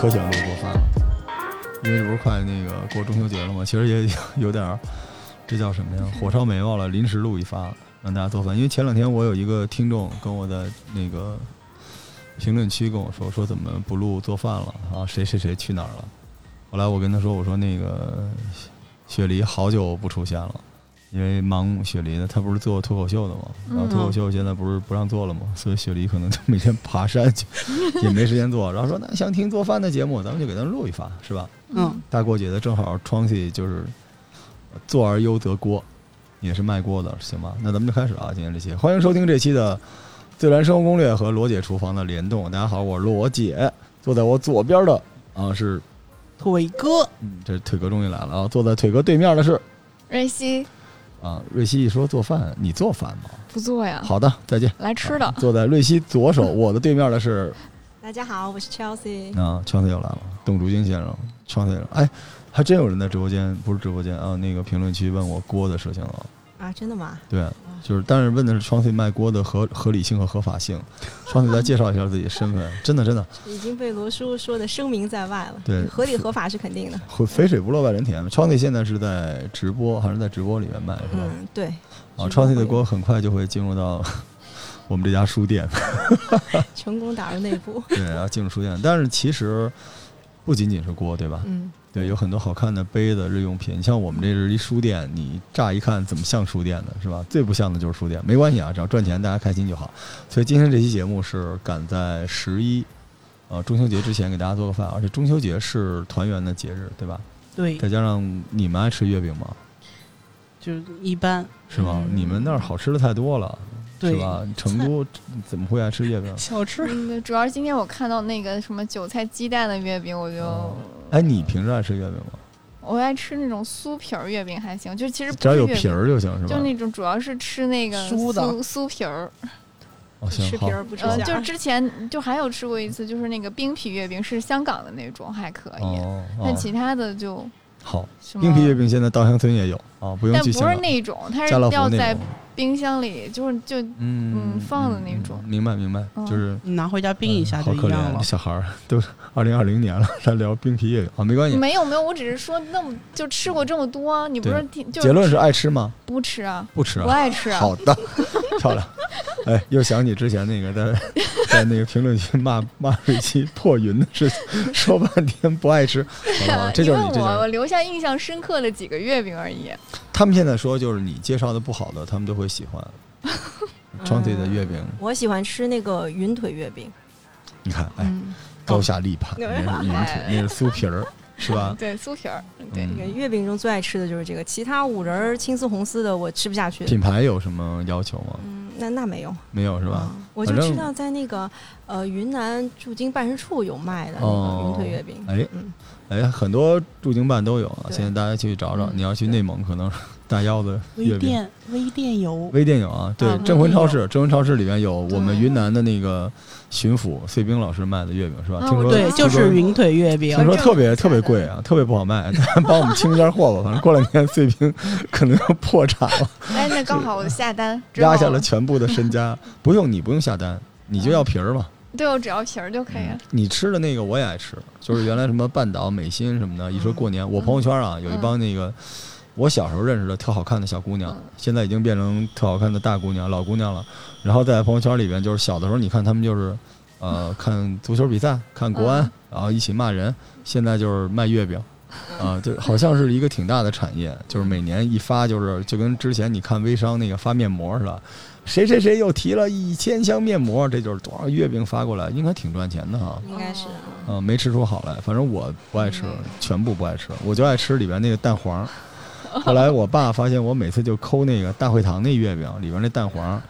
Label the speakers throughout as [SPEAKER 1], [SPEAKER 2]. [SPEAKER 1] 可喜欢给我做饭了，因为这不是快那个过中秋节了吗？其实也有点儿，这叫什么呀？火烧眉毛了，临时录一发让大家做饭。因为前两天我有一个听众跟我在那个评论区跟我说，说怎么不录做饭了啊？谁谁谁去哪儿了？后来我跟他说，我说那个雪梨好久不出现了。因为忙雪梨的，他不是做脱口秀的嘛，然后脱口秀现在不是不让做了嘛，所以雪梨可能就每天爬山去，也没时间做。然后说那想听做饭的节目，咱们就给他录一发，是吧？
[SPEAKER 2] 嗯，
[SPEAKER 1] 大过节的正好窗系就是坐而优则锅，也是卖锅的，行吧？那咱们就开始啊，今天这期欢迎收听这期的《自然生活攻略》和罗姐厨房的联动。大家好，我是罗姐，坐在我左边的啊是，
[SPEAKER 2] 腿哥，
[SPEAKER 1] 嗯，这腿哥终于来了啊，坐在腿哥对面的是
[SPEAKER 3] 瑞希
[SPEAKER 1] 啊，瑞希一说做饭，你做饭吗？
[SPEAKER 3] 不做呀，
[SPEAKER 1] 好的，再见。
[SPEAKER 3] 来吃的。
[SPEAKER 1] 坐在瑞希左手，我的对面的是
[SPEAKER 4] 大家好，我是 Chelsea。
[SPEAKER 1] 啊，创子又来了，董竹金先生，创子，哎，还真有人在直播间，不是直播间啊，那个评论区问我锅的事情了。
[SPEAKER 4] 啊，真的吗？
[SPEAKER 1] 对，就是，但是问的是创 C 卖锅的合合理性和合法性。创 C 再介绍一下自己身份，真的真的，
[SPEAKER 4] 已经被罗叔说的声名在外了。
[SPEAKER 1] 对
[SPEAKER 4] 合理合法是肯定的。
[SPEAKER 1] 会肥水不落外人田。创 C 现在是在直播，还是在直播里面卖是吧？
[SPEAKER 4] 嗯，对，
[SPEAKER 1] 啊，
[SPEAKER 4] 直播
[SPEAKER 1] 创 C 的
[SPEAKER 4] 会
[SPEAKER 1] 锅很快就会进入到 我们这家书店。
[SPEAKER 4] 成功打入内
[SPEAKER 1] 。
[SPEAKER 4] 部
[SPEAKER 1] 对，然后进入书店。但是其实不仅仅是锅，对吧？
[SPEAKER 4] 嗯，
[SPEAKER 1] 对，有很多好看的杯子、日用品。你像我们这是一书店，你乍一看怎么像书店呢？是吧？最不像的就是书店。没关系啊，只要赚钱，大家开心就好。所以今天这期节目是赶在十一，呃，中秋节之前给大家做个饭，而且中秋节是团圆的节日，对吧？
[SPEAKER 2] 对，
[SPEAKER 1] 再加上你们爱吃月饼吗？
[SPEAKER 2] 就是一般，
[SPEAKER 1] 是吗？
[SPEAKER 4] 嗯
[SPEAKER 1] 你们那儿好吃的太多了，是
[SPEAKER 2] 对，
[SPEAKER 1] 吧？成都怎么会爱吃月饼？
[SPEAKER 2] 小吃
[SPEAKER 3] 嗯，主要是今天我看到那个什么韭菜鸡蛋的月饼，我就、
[SPEAKER 1] 哦哎，你平时爱吃月饼吗？
[SPEAKER 3] 我爱吃那种酥皮儿月饼还行，就其实不
[SPEAKER 1] 只要
[SPEAKER 3] 是
[SPEAKER 1] 有
[SPEAKER 3] 月
[SPEAKER 1] 皮
[SPEAKER 3] 饼，
[SPEAKER 1] 儿就行，是吧？
[SPEAKER 3] 就那种主要是吃那个
[SPEAKER 2] 酥的
[SPEAKER 3] 酥酥皮儿。
[SPEAKER 1] 哦，行，
[SPEAKER 4] 吃
[SPEAKER 1] 好
[SPEAKER 4] 皮，儿不啊吃
[SPEAKER 1] 好
[SPEAKER 3] 呃，
[SPEAKER 4] 馅
[SPEAKER 3] 就
[SPEAKER 4] 儿。
[SPEAKER 3] 之前就还有吃过一次，就是那个冰皮月饼，是香港的那种，还可以。
[SPEAKER 1] 哦，
[SPEAKER 3] 但
[SPEAKER 1] 哦
[SPEAKER 3] 其他的就
[SPEAKER 1] 好，
[SPEAKER 3] 什么
[SPEAKER 1] 冰皮月饼现在稻香村也有啊，不用
[SPEAKER 3] 嗯但
[SPEAKER 1] 去
[SPEAKER 3] 不
[SPEAKER 1] 香
[SPEAKER 3] 是
[SPEAKER 1] 港。
[SPEAKER 3] 那种，它是
[SPEAKER 1] 家乐福
[SPEAKER 3] 要
[SPEAKER 1] 那
[SPEAKER 3] 在
[SPEAKER 1] 种，
[SPEAKER 3] 冰箱里，就是就
[SPEAKER 1] 嗯
[SPEAKER 3] 嗯放的那
[SPEAKER 1] 嗯
[SPEAKER 3] 种
[SPEAKER 1] 明白明白，
[SPEAKER 3] 嗯
[SPEAKER 1] 就是
[SPEAKER 2] 你拿回家冰一下
[SPEAKER 1] 嗯
[SPEAKER 2] 就
[SPEAKER 1] 好可
[SPEAKER 2] 一样
[SPEAKER 1] 怜，
[SPEAKER 2] 了
[SPEAKER 1] 这。小孩儿都二零二零年了，还聊冰皮月饼啊，没关系。
[SPEAKER 3] 没有没有，我只是说那么就吃过这么多，你不
[SPEAKER 1] 对
[SPEAKER 3] 是听就
[SPEAKER 1] 结论是爱吃吗？
[SPEAKER 3] 不吃啊？
[SPEAKER 1] 不吃
[SPEAKER 3] 不
[SPEAKER 1] 啊。
[SPEAKER 3] 爱吃啊。
[SPEAKER 1] 好的， 漂亮。哎，又想起之前那个 在在那个评论区骂骂瑞希破云的事情，说半天不爱吃，好了，这就是
[SPEAKER 3] 问
[SPEAKER 1] 你，这啊就
[SPEAKER 3] 我，
[SPEAKER 1] 是你
[SPEAKER 3] 我留下印象深刻的几个月饼而已。
[SPEAKER 1] 他们现在说就是你介绍的不好的，他们都会喜欢。 川腿的月饼，
[SPEAKER 4] 我喜欢吃那个云腿月饼，
[SPEAKER 1] 你看，哎，
[SPEAKER 3] 嗯，
[SPEAKER 1] 高下立判，那是云腿，那是酥皮儿，是吧？
[SPEAKER 3] 对，酥皮儿， 对，
[SPEAKER 4] 那个
[SPEAKER 1] 嗯，
[SPEAKER 4] 月饼中最爱吃的就是这个，其他五仁儿、青丝、红丝的我吃不下去。
[SPEAKER 1] 品牌有什么要求吗？
[SPEAKER 4] 嗯，那那没有，
[SPEAKER 1] 没有是吧？
[SPEAKER 4] 嗯我就
[SPEAKER 1] 反正
[SPEAKER 4] 知道在那个呃云南驻京办事处有卖的那个
[SPEAKER 1] 哦
[SPEAKER 4] 云腿月饼。
[SPEAKER 1] 哎
[SPEAKER 4] 嗯，
[SPEAKER 1] 哎，很多驻京办都有啊，
[SPEAKER 4] 对
[SPEAKER 1] 现在大家去找找。
[SPEAKER 4] 嗯
[SPEAKER 1] 你要去
[SPEAKER 4] 对
[SPEAKER 1] 内蒙，可能 大腰子月饼。
[SPEAKER 2] 微店微店有，
[SPEAKER 1] 微店有啊，对
[SPEAKER 2] 啊，
[SPEAKER 1] 镇魂超
[SPEAKER 2] 微店
[SPEAKER 1] 市，镇魂超市里面有我们
[SPEAKER 3] 对
[SPEAKER 1] 云南的那个巡抚穗兵老师卖的月饼，是吧？
[SPEAKER 3] 啊
[SPEAKER 1] 听说
[SPEAKER 3] 我
[SPEAKER 2] 对，就
[SPEAKER 1] 听说
[SPEAKER 2] 是云腿月饼
[SPEAKER 1] 听，说
[SPEAKER 3] 正
[SPEAKER 1] 特别
[SPEAKER 3] 的
[SPEAKER 1] 特别贵啊，特别不好卖， 帮我们清一下货吧。反正过两天穗兵可能要破产了，
[SPEAKER 3] 哎，那刚好我 下单，之后
[SPEAKER 1] 压下了全部的身家。 不用你不用下单，你就要皮儿嘛。
[SPEAKER 3] 对我只要皮儿就嗯可以啊
[SPEAKER 1] 嗯
[SPEAKER 3] 了。
[SPEAKER 1] 你吃的那个我也爱吃，就是原来什么半岛、美心什么
[SPEAKER 3] 嗯
[SPEAKER 1] 的。一说过年，我朋友圈啊有一帮那个我小时候认识的特好看的小姑娘
[SPEAKER 3] 嗯，
[SPEAKER 1] 现在已经变成特好看的大姑娘、老姑娘了。然后在朋友圈里边，就是小的时候你看他们就是，呃，看足球比赛、看国安
[SPEAKER 3] 嗯，
[SPEAKER 1] 然后一起骂人。现在就是卖月饼。啊，就好像是一个挺大的产业，就是每年一发，就是就跟之前你看微商那个发面膜似的，谁谁谁又提了一千箱面膜，这就是多少月饼发过来，应该挺赚钱的哈。
[SPEAKER 4] 应该是。
[SPEAKER 3] 哦
[SPEAKER 1] 啊、没吃出好来。反正我不爱吃，全部不爱吃，我就爱吃里边那个蛋黄。后来我爸发现我每次就抠那个大会堂那月饼里边那蛋黄，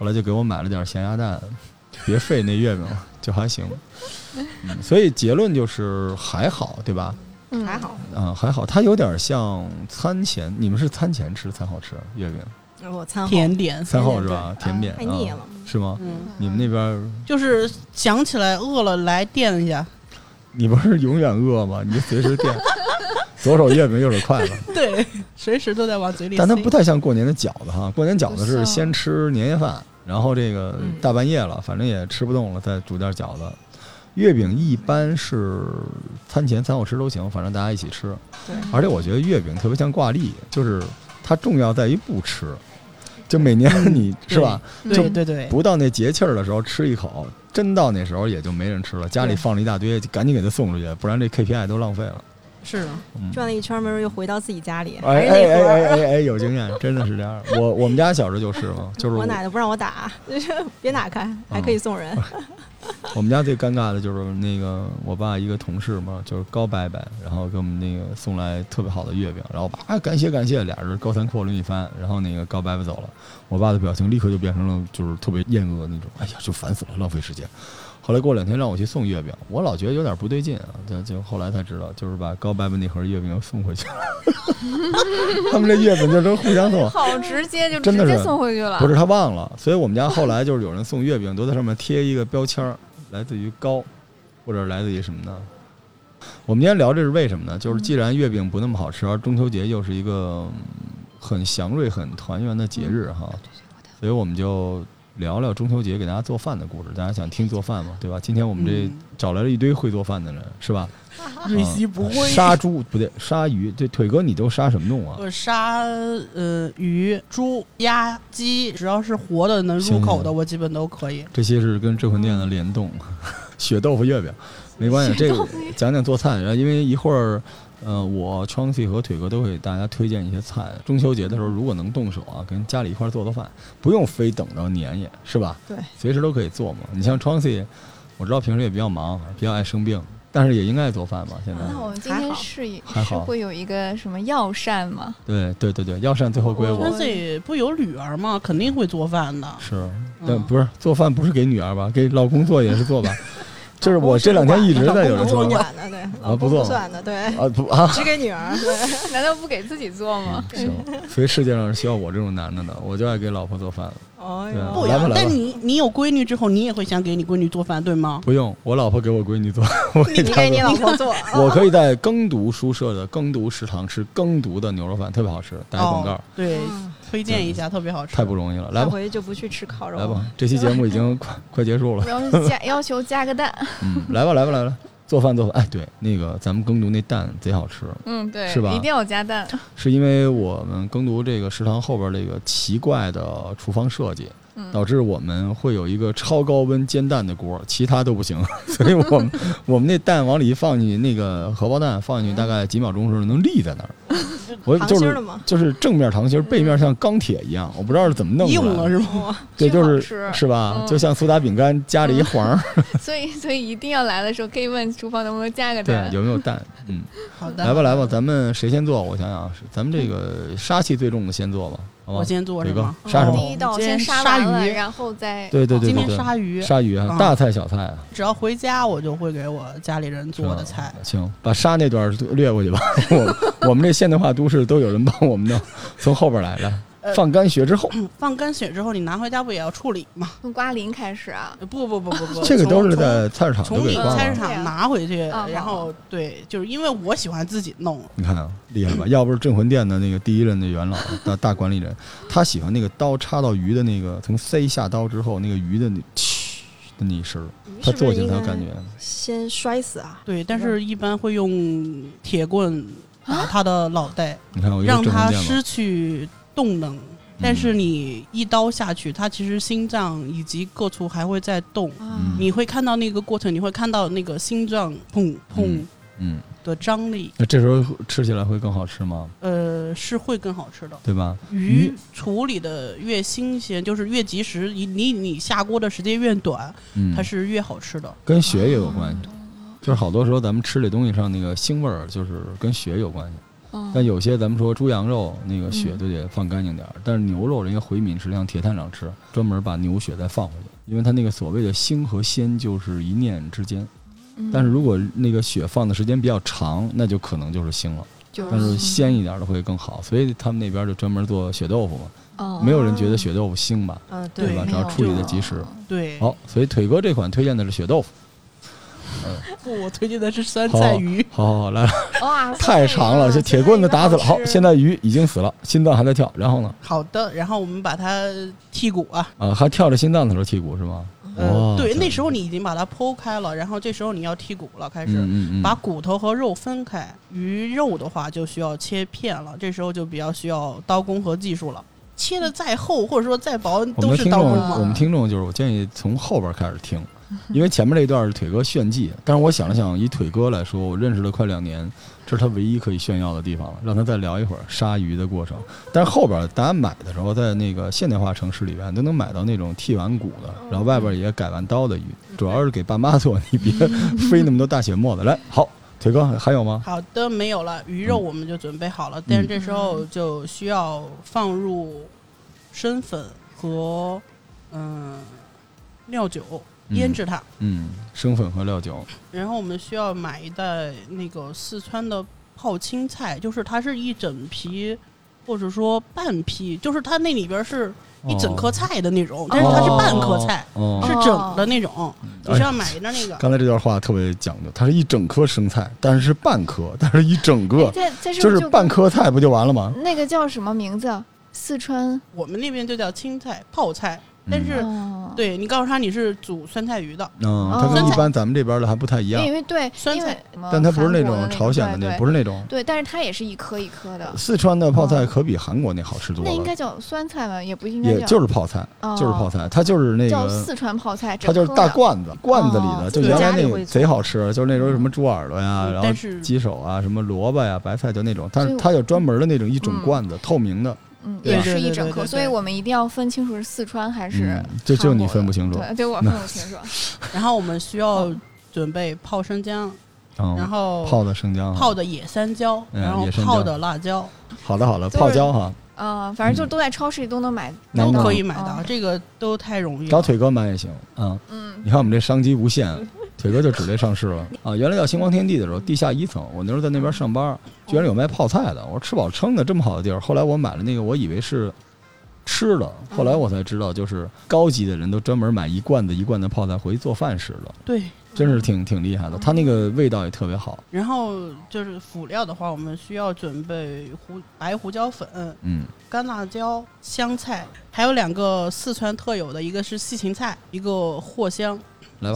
[SPEAKER 1] 后来就给我买了点咸鸭蛋，别费那月饼了，就还行。嗯，所以结论就是还好，对吧？
[SPEAKER 3] 嗯，
[SPEAKER 4] 还。好，
[SPEAKER 1] 啊、还好，它有点像餐前，你们是餐前吃餐后吃月饼，
[SPEAKER 4] 我餐后
[SPEAKER 2] 甜点，
[SPEAKER 1] 餐后是吧？甜点、
[SPEAKER 4] 太腻
[SPEAKER 1] 啊
[SPEAKER 4] 了。
[SPEAKER 1] 是吗？
[SPEAKER 2] 嗯，
[SPEAKER 1] 你们那边儿
[SPEAKER 2] 就是想起来饿了来垫一下，
[SPEAKER 1] 你不是永远饿吗？你随时 垫，左手月饼，右手筷子。
[SPEAKER 2] 对，随时都在往嘴里塞。
[SPEAKER 1] 但它不太像过年的饺子哈，过年饺子
[SPEAKER 3] 不
[SPEAKER 1] 是
[SPEAKER 3] 像
[SPEAKER 1] 先吃年夜饭，然后这个
[SPEAKER 4] 嗯
[SPEAKER 1] 大半夜了，反正也吃不动了，再煮点饺子。月饼一般是餐前餐后吃都行，反正大家一起吃。
[SPEAKER 4] 对
[SPEAKER 1] 而且我觉得月饼特别像挂历，就是它重要在于不吃，就每年你是吧？
[SPEAKER 2] 对对对，
[SPEAKER 1] 不到那节气儿的时候吃一口，真到那时候也就没人吃了，家里
[SPEAKER 4] 对
[SPEAKER 1] 放了一大堆，就赶紧给它送出去，不然这 KPI 都浪费了。
[SPEAKER 2] 是
[SPEAKER 1] 嗯。
[SPEAKER 4] 转了一圈，没准又回到自己家里，还
[SPEAKER 1] 哎哎
[SPEAKER 4] 是那
[SPEAKER 1] 哎
[SPEAKER 4] 盒儿。
[SPEAKER 1] 哎哎哎，有经验，真的是这样。我我们家小时候就是嘛，就是
[SPEAKER 4] 我
[SPEAKER 1] 我啊
[SPEAKER 4] 奶奶不让我打， 就是别打开，还可以送人。
[SPEAKER 1] 我们家最尴尬的就是那个我爸一个同事嘛，就是高伯伯，然后给我们那个送来特别好的月饼，然后我爸啊感谢感谢，俩人高谈阔论一番，然后那个高伯伯走了，我爸的表情立刻就变成了就是特别厌恶的那种，哎呀就烦死了，浪费时间。后来过两天让我去送月饼，我老觉得有点不对劲啊，就就后来才知道，就是把高伯伯那盒月饼又送回去了， 他们这月饼就都互相送。
[SPEAKER 3] 好直接就
[SPEAKER 1] 真
[SPEAKER 3] 直
[SPEAKER 1] 的
[SPEAKER 3] 接
[SPEAKER 1] 是
[SPEAKER 3] 送回去了。
[SPEAKER 1] 不是他忘了，所以我们家后来就是有人送月饼，都在上面贴一个标签儿，来自于高，或者来自于什么呢？我们今天聊这是为什么呢？就是既然月饼不那么好吃，而中秋节又是一个嗯很祥瑞、很团圆的节日哈，所以我们就聊聊中秋节给大家做饭的故事。大家想听做饭吗？对吧？今天我们这
[SPEAKER 2] 嗯
[SPEAKER 1] 找来了一堆会做饭的人，是吧？啊
[SPEAKER 2] 瑞希不会
[SPEAKER 1] 杀猪不对，杀鱼。这腿哥你都杀什么弄啊？
[SPEAKER 2] 呃杀呃鱼、猪、鸭、鸡，只要是活的能入口
[SPEAKER 1] 行
[SPEAKER 2] 的，我基本都可以。
[SPEAKER 1] 这些是跟智魂殿的联动， 血豆腐月饼，没关系，这个讲讲做菜。然后因为一会儿，呃，我 Chauncey 和腿哥都会给大家推荐一些菜。中秋节的时候，如果能动手啊，跟家里一块儿做做饭，不用非等到年夜，是吧？
[SPEAKER 4] 对，
[SPEAKER 1] 随时都可以做嘛。你像 Chauncey，我知道平时也比较忙，比较爱生病，但是也应该做饭吧？现在，
[SPEAKER 3] 啊那我们今
[SPEAKER 4] 还
[SPEAKER 3] 天
[SPEAKER 4] 好
[SPEAKER 3] 是以
[SPEAKER 1] 还
[SPEAKER 3] 是
[SPEAKER 1] 好
[SPEAKER 3] 会有一个什么药膳吗？
[SPEAKER 1] 对对对对，药膳最后归
[SPEAKER 3] 我
[SPEAKER 1] 我。
[SPEAKER 2] 但是不有女儿吗？肯定会做饭的。
[SPEAKER 1] 是，
[SPEAKER 2] 嗯
[SPEAKER 1] 但不是做饭不是给女儿吧？给老公做也是做吧？就是
[SPEAKER 4] 老
[SPEAKER 1] 我
[SPEAKER 4] 公
[SPEAKER 1] 这两天一直在有人
[SPEAKER 4] 老
[SPEAKER 1] 说
[SPEAKER 4] 公。管的，对，老
[SPEAKER 1] 不
[SPEAKER 4] 公
[SPEAKER 1] 做了
[SPEAKER 4] 算的，对，
[SPEAKER 1] 啊不啊！
[SPEAKER 4] 只给女 儿。哎对，
[SPEAKER 3] 难道不给自己做吗？
[SPEAKER 1] 行，所以世界上是需要我这种男的的，我就爱给老婆做饭。
[SPEAKER 4] 哦
[SPEAKER 1] 对啊
[SPEAKER 2] 不一
[SPEAKER 4] 哟，
[SPEAKER 1] 来吧
[SPEAKER 2] 样，
[SPEAKER 1] 来吧
[SPEAKER 2] 但你你有闺女之后，你也会想给你闺女做饭，对吗？
[SPEAKER 1] 不用，我老婆给我闺女做，我给
[SPEAKER 4] 你
[SPEAKER 1] 她
[SPEAKER 4] 给你
[SPEAKER 1] 做。
[SPEAKER 4] 老 婆做，
[SPEAKER 1] 我可以在耕读书社的耕读食堂吃耕读的牛肉饭，特别好吃，打一广告，
[SPEAKER 2] 哦，对，
[SPEAKER 4] 嗯
[SPEAKER 2] 推荐一下，特别好吃。
[SPEAKER 1] 太不容易了。来
[SPEAKER 4] 下
[SPEAKER 1] 吧，
[SPEAKER 4] 回就不去吃烤肉
[SPEAKER 1] 来
[SPEAKER 4] 了
[SPEAKER 1] 吧。，这期节目已经快 快结束了
[SPEAKER 3] 我，要是加要求加个 蛋，
[SPEAKER 1] 嗯，来吧，来吧，来吧，做饭做饭。哎，对，那个咱们耕读那蛋贼好吃，
[SPEAKER 3] 嗯，对，
[SPEAKER 1] 是吧
[SPEAKER 3] 一定要加蛋。
[SPEAKER 1] 是因为我们耕读这个食堂后边这个奇怪的厨房设计，
[SPEAKER 3] 嗯
[SPEAKER 1] 导致我们会有一个超高温煎蛋的锅，其他都不行。 所以我们我们那蛋往里一放进去，那个荷包蛋放进去，大概几秒钟时候能立在那儿。我
[SPEAKER 4] 糖
[SPEAKER 1] 就
[SPEAKER 4] 心儿的
[SPEAKER 1] 是
[SPEAKER 4] 吗？
[SPEAKER 1] 就是正面溏心儿，背面像钢铁一样，我不知道是怎么弄
[SPEAKER 2] 硬
[SPEAKER 1] 出来
[SPEAKER 2] 了
[SPEAKER 1] 的。
[SPEAKER 2] 是吗？
[SPEAKER 4] 哦，
[SPEAKER 1] 对，就
[SPEAKER 3] 真好
[SPEAKER 1] 是
[SPEAKER 3] 吃
[SPEAKER 1] 是吧？
[SPEAKER 3] 嗯
[SPEAKER 1] 就像苏打饼干加了一黄儿，
[SPEAKER 3] 所以所以一定要来的时候可以问厨房能不能加个
[SPEAKER 1] 对，
[SPEAKER 3] 蛋。
[SPEAKER 1] 有没有蛋？嗯，
[SPEAKER 2] 好的，
[SPEAKER 1] 来吧来吧，咱们谁先做？我想想，是咱们这个杀气最重的先做吧，好吧
[SPEAKER 2] 我？今天做
[SPEAKER 1] 腿
[SPEAKER 2] 什
[SPEAKER 1] 哥
[SPEAKER 2] 么？
[SPEAKER 1] 杀什么
[SPEAKER 2] 哦
[SPEAKER 3] 第一道
[SPEAKER 2] 今天
[SPEAKER 3] 先
[SPEAKER 2] 杀
[SPEAKER 3] 完了，
[SPEAKER 2] 鱼，
[SPEAKER 3] 然后再
[SPEAKER 1] 对对对
[SPEAKER 2] 今
[SPEAKER 1] 对
[SPEAKER 2] 天
[SPEAKER 1] 对，
[SPEAKER 2] 杀鱼，
[SPEAKER 1] 鲨鱼啊，
[SPEAKER 2] 啊
[SPEAKER 1] 大菜小菜啊。
[SPEAKER 2] 只要回家我就会给我家里人做的菜。
[SPEAKER 1] 行，把杀那段略过去吧。 我我们这现代化都市都有人帮我们弄，从后边来来，
[SPEAKER 2] 呃
[SPEAKER 1] 放干血之后，
[SPEAKER 2] 放干血之后，你拿回家不也要处理吗？
[SPEAKER 3] 从瓜鳞开始啊。
[SPEAKER 2] 呃不不 不不不，
[SPEAKER 1] 这个
[SPEAKER 2] 从
[SPEAKER 1] 都是在菜市场
[SPEAKER 2] 从
[SPEAKER 1] 都
[SPEAKER 2] 从
[SPEAKER 1] 给
[SPEAKER 2] 你
[SPEAKER 1] 挂
[SPEAKER 2] 菜市
[SPEAKER 1] 了。
[SPEAKER 2] 场拿回去，
[SPEAKER 3] 啊
[SPEAKER 2] 然后对，就是因为我喜欢自己弄，
[SPEAKER 1] 你看啊，厉害吧？要不是镇魂殿的那个第一任的元老大大管理人，他喜欢那个刀插到鱼的那个，从塞下刀之后那个鱼的那嘘的那一声儿，他
[SPEAKER 4] 是不
[SPEAKER 1] 做
[SPEAKER 4] 是
[SPEAKER 1] 起
[SPEAKER 4] 应
[SPEAKER 1] 来
[SPEAKER 4] 该
[SPEAKER 1] 有感觉。
[SPEAKER 4] 先摔死啊？
[SPEAKER 2] 对，但是啊一般会用铁棍打他的脑袋，
[SPEAKER 1] 你看我一个
[SPEAKER 2] 让
[SPEAKER 1] 镇魂
[SPEAKER 2] 他
[SPEAKER 1] 殿嘛
[SPEAKER 2] 失去动能。但
[SPEAKER 1] 嗯
[SPEAKER 2] 是你一刀下去，他其实心脏以及各处还会在动，
[SPEAKER 1] 嗯
[SPEAKER 2] 你会看到那个过程，你会看到那个心脏砰砰
[SPEAKER 1] 嗯嗯，
[SPEAKER 2] 的张力，
[SPEAKER 1] 那这时候吃起来会更好吃吗？
[SPEAKER 2] 呃，是会更好吃的。
[SPEAKER 1] 对吧？
[SPEAKER 2] 鱼
[SPEAKER 1] 鱼
[SPEAKER 2] 处理的越新鲜，就是越及时，你你你下锅的时间越短，
[SPEAKER 1] 嗯，
[SPEAKER 2] 它是越好吃的。
[SPEAKER 1] 跟血也有关系。就是好多时候咱们吃这东西上那个腥味儿，就是跟血有关系。
[SPEAKER 3] 嗯，
[SPEAKER 1] 但有些咱们说猪羊肉那个血
[SPEAKER 3] 嗯
[SPEAKER 1] 就得放干净点儿，但是牛肉人家回民吃，像铁探长吃，专门把牛血再放回去，因为它那个所谓的腥和鲜就是一念之间。
[SPEAKER 3] 嗯
[SPEAKER 1] 但是如果那个血放的时间比较长，那就可能就是腥了，
[SPEAKER 3] 就
[SPEAKER 1] 但是鲜一点儿的会更好。所以他们那边就专门做血豆腐嘛，
[SPEAKER 3] 哦
[SPEAKER 1] 没有人觉得血豆腐腥吧？
[SPEAKER 4] 嗯，
[SPEAKER 2] 对
[SPEAKER 1] 对吧？
[SPEAKER 3] 没
[SPEAKER 1] 只要
[SPEAKER 3] 有
[SPEAKER 1] 处理的及时。
[SPEAKER 2] 对，
[SPEAKER 1] 好，所以腿哥这款推荐的是血豆腐。
[SPEAKER 2] 不， 我推荐的是酸菜鱼。
[SPEAKER 1] 好好好，来。
[SPEAKER 3] 哇，
[SPEAKER 1] 哦太长了，这铁棍子打死了。好，现
[SPEAKER 3] 在
[SPEAKER 1] 在鱼已经死了，心脏还在跳。然后呢？呃
[SPEAKER 2] 好的，然后我们把它剔骨啊，
[SPEAKER 1] 啊，还跳着心脏的时候剔骨是吗？
[SPEAKER 2] 呃
[SPEAKER 1] 哇，
[SPEAKER 2] 对，
[SPEAKER 1] 这
[SPEAKER 2] 那时候你已经把它剖开了，然后这时候你要剔骨了，开始。
[SPEAKER 1] 嗯嗯嗯，
[SPEAKER 2] 把骨头和肉分开，鱼肉的话就需要切片了，这时候就比较需要刀工和技术了。切的再厚或者说再
[SPEAKER 1] 我
[SPEAKER 2] 薄
[SPEAKER 1] 们
[SPEAKER 2] 都
[SPEAKER 1] 的
[SPEAKER 2] 是
[SPEAKER 1] 听
[SPEAKER 2] 刀
[SPEAKER 1] 众，
[SPEAKER 2] 工嘛。
[SPEAKER 1] 我们听众就是我建议从后边开始听，因为前面这一段是腿哥炫技，但是我想了想，以腿哥来说，我认识了快两年，这是他唯一可以炫耀的地方了，让他再聊一会儿杀鱼的过程。但是后边大家买的时候，在那个现代化城市里边都能买到那种剃完骨的，然后外边也改完刀的鱼，主要是给爸妈做， 你别飞那么多大血沫子。来，好，腿哥还有吗？
[SPEAKER 2] 好的，没有了，
[SPEAKER 1] 嗯
[SPEAKER 2] 鱼肉我们就准备好了，但是这时候就需要放入生粉和嗯、料酒
[SPEAKER 1] 嗯
[SPEAKER 2] 腌制它。
[SPEAKER 1] 嗯，生粉和料酒，
[SPEAKER 2] 然后我们需要买一袋那个四川的泡青菜，就是它是一整皮，或者说半皮，就是它那里边是一整颗菜的那种，但是它是半颗菜，
[SPEAKER 1] 哦。哦
[SPEAKER 2] 是整的那种，你
[SPEAKER 1] 哎
[SPEAKER 2] 是要买的那个。
[SPEAKER 1] 刚才这段话特别讲究，它是一整颗生菜，但是是半颗，但是一整个，
[SPEAKER 3] 这这是
[SPEAKER 1] 就
[SPEAKER 3] 不是
[SPEAKER 1] 是
[SPEAKER 3] 就
[SPEAKER 1] 半
[SPEAKER 3] 跟
[SPEAKER 1] 颗菜不就完了吗？
[SPEAKER 3] 那个叫什么名字？啊四川，
[SPEAKER 2] 我们那边就叫青菜泡菜，但是、
[SPEAKER 3] 哦，
[SPEAKER 2] 对你告诉他你是煮酸菜鱼的，
[SPEAKER 1] 嗯，
[SPEAKER 3] 哦
[SPEAKER 1] 它跟一
[SPEAKER 3] 酸菜
[SPEAKER 1] 般咱们这边的还不太一样
[SPEAKER 3] 因，为对，
[SPEAKER 2] 酸
[SPEAKER 3] 因为
[SPEAKER 2] 菜
[SPEAKER 3] 什么
[SPEAKER 1] 但它不是那
[SPEAKER 3] 韩国
[SPEAKER 1] 种
[SPEAKER 3] 的
[SPEAKER 1] 朝鲜的
[SPEAKER 3] 对
[SPEAKER 1] 那，
[SPEAKER 3] 对
[SPEAKER 1] 不是那种
[SPEAKER 3] 对，但是它也是一颗一颗的，
[SPEAKER 1] 四川的泡菜可比韩国那好吃多
[SPEAKER 3] 那应
[SPEAKER 1] 了，
[SPEAKER 3] 该叫酸菜吧？也不应该
[SPEAKER 1] 也
[SPEAKER 3] 叫，
[SPEAKER 1] 就是泡菜，
[SPEAKER 3] 哦
[SPEAKER 1] 就是泡菜，它就是那
[SPEAKER 3] 叫
[SPEAKER 1] 个。
[SPEAKER 3] 四川泡菜，
[SPEAKER 1] 它就是
[SPEAKER 3] 整颗
[SPEAKER 1] 大
[SPEAKER 3] 的
[SPEAKER 1] 罐子，罐子里的，
[SPEAKER 3] 哦
[SPEAKER 1] 就原来那
[SPEAKER 4] 自己家里
[SPEAKER 1] 个
[SPEAKER 4] 会做
[SPEAKER 1] 贼好吃，就是那时候什么猪耳朵呀，
[SPEAKER 2] 嗯
[SPEAKER 1] 然
[SPEAKER 2] 但
[SPEAKER 1] 后
[SPEAKER 2] 是
[SPEAKER 1] 鸡手啊，什么萝卜呀、白菜，就那种，但是
[SPEAKER 3] 对
[SPEAKER 1] 它有专门的那种一种
[SPEAKER 3] 嗯
[SPEAKER 1] 罐子，透明的，
[SPEAKER 3] 嗯，
[SPEAKER 1] 对
[SPEAKER 3] 也
[SPEAKER 1] 吧
[SPEAKER 3] 是
[SPEAKER 2] 对
[SPEAKER 3] 一
[SPEAKER 2] 对
[SPEAKER 3] 整
[SPEAKER 2] 对
[SPEAKER 3] 颗，
[SPEAKER 2] 对
[SPEAKER 3] 所以
[SPEAKER 2] 对
[SPEAKER 3] 我们一定要分清楚是四川还是
[SPEAKER 1] 嗯，就就
[SPEAKER 3] 韩
[SPEAKER 1] 你
[SPEAKER 3] 国
[SPEAKER 1] 分
[SPEAKER 3] 的
[SPEAKER 1] 不清楚，
[SPEAKER 3] 对， 对我分不清楚。
[SPEAKER 2] 然后我们需要准备泡生姜，然
[SPEAKER 1] 嗯，
[SPEAKER 2] 后
[SPEAKER 1] 泡的生姜哈，
[SPEAKER 2] 泡的野三椒，
[SPEAKER 1] 嗯
[SPEAKER 2] 然后
[SPEAKER 1] 野生
[SPEAKER 2] 泡
[SPEAKER 1] 姜
[SPEAKER 2] 的辣椒
[SPEAKER 1] 好的好的，
[SPEAKER 3] 就是
[SPEAKER 1] 泡椒哈，
[SPEAKER 3] 嗯，反正就
[SPEAKER 1] 嗯
[SPEAKER 3] 都在超市里都能买，
[SPEAKER 1] 能
[SPEAKER 2] 都
[SPEAKER 1] 吗
[SPEAKER 2] 可以买到
[SPEAKER 3] 嗯，
[SPEAKER 2] 这个都太容易
[SPEAKER 1] 找
[SPEAKER 2] 了。
[SPEAKER 1] 哦腿哥买也行啊。
[SPEAKER 3] 嗯，
[SPEAKER 1] 你看我们这商机无限，啊腿哥就指这上市了啊。原来叫星光天地的时候，地下一层，我那时候在那边上班，居然有卖泡菜的，我说吃饱撑的这么好的地儿。后来我买了那个，我以为是吃的，
[SPEAKER 2] 嗯
[SPEAKER 1] 后来我才知道，就是高级的人都专门买一罐子一罐子泡菜回去做饭吃了，
[SPEAKER 2] 对，
[SPEAKER 1] 真是挺挺厉害
[SPEAKER 2] 嗯
[SPEAKER 1] 的。它那个味道也特别好，
[SPEAKER 2] 然后就是辅料的话，我们需要准备胡白胡椒粉、
[SPEAKER 1] 嗯
[SPEAKER 2] 干辣椒、香菜，还有两个四川特有的，一个是西芹菜，一个藿香。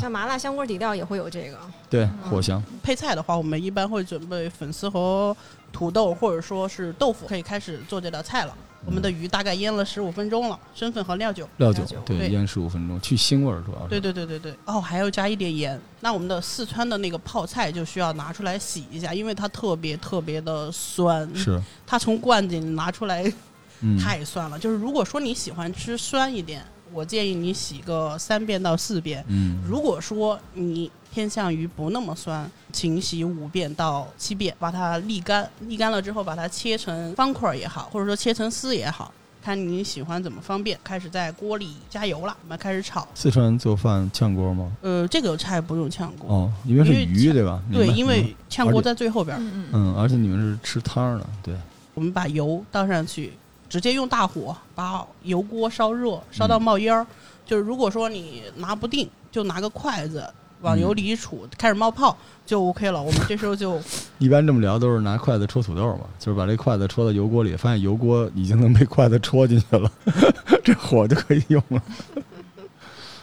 [SPEAKER 4] 像麻辣香锅底料也会有这个。
[SPEAKER 1] 对，
[SPEAKER 2] 嗯
[SPEAKER 1] 藿香，
[SPEAKER 2] 配菜的话，我们一般会准备粉丝和土豆，或者说是豆腐，可以开始做这道菜了。我们的鱼大概腌了十五分钟了，生粉和料酒。
[SPEAKER 1] 嗯料酒
[SPEAKER 4] 料酒，
[SPEAKER 1] 对，
[SPEAKER 2] 对
[SPEAKER 1] 腌十五分钟，去腥味儿主要是。
[SPEAKER 2] 对对对对对，哦，还要加一点盐。那我们的四川的那个泡菜就需要拿出来洗一下，因为它特别特别的酸，
[SPEAKER 1] 是，
[SPEAKER 2] 它从罐子里拿出来
[SPEAKER 1] 嗯，
[SPEAKER 2] 太酸了。就是如果说你喜欢吃酸一点，我建议你洗个三遍到四遍。
[SPEAKER 1] 嗯，
[SPEAKER 2] 如果说你偏向于不那么酸，请洗五遍到七遍，把它沥干。沥干了之后，把它切成方块儿也好，或者说切成丝也好，看你喜欢怎么方便。开始在锅里加油了，我们开始炒。
[SPEAKER 1] 四川人做饭炝锅吗？
[SPEAKER 2] 呃，这个菜不用炝锅，
[SPEAKER 1] 哦，因为是
[SPEAKER 2] 因为
[SPEAKER 1] 鱼
[SPEAKER 2] 炝
[SPEAKER 1] 对吧？
[SPEAKER 2] 对，
[SPEAKER 1] 明白明
[SPEAKER 2] 因
[SPEAKER 1] 白
[SPEAKER 2] 为炝
[SPEAKER 1] 而
[SPEAKER 2] 锅
[SPEAKER 1] 且
[SPEAKER 2] 在最后边儿，
[SPEAKER 3] 嗯嗯
[SPEAKER 1] 嗯，而且你们是吃汤儿的，对，
[SPEAKER 2] 我们把油倒上去，直接用大火把油锅烧热，烧到冒
[SPEAKER 1] 嗯
[SPEAKER 2] 烟儿。就是如果说你拿不定，就拿个筷子往油里一杵，开始冒泡就 OK 了。我们这时候就
[SPEAKER 1] 一般这么聊都是拿筷子戳土豆嘛，就是把这筷子戳到油锅里，发现油锅已经能被筷子戳进去了， 这火就可以用了。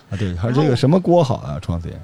[SPEAKER 1] 啊，对，还有这个什么锅好啊，创姐，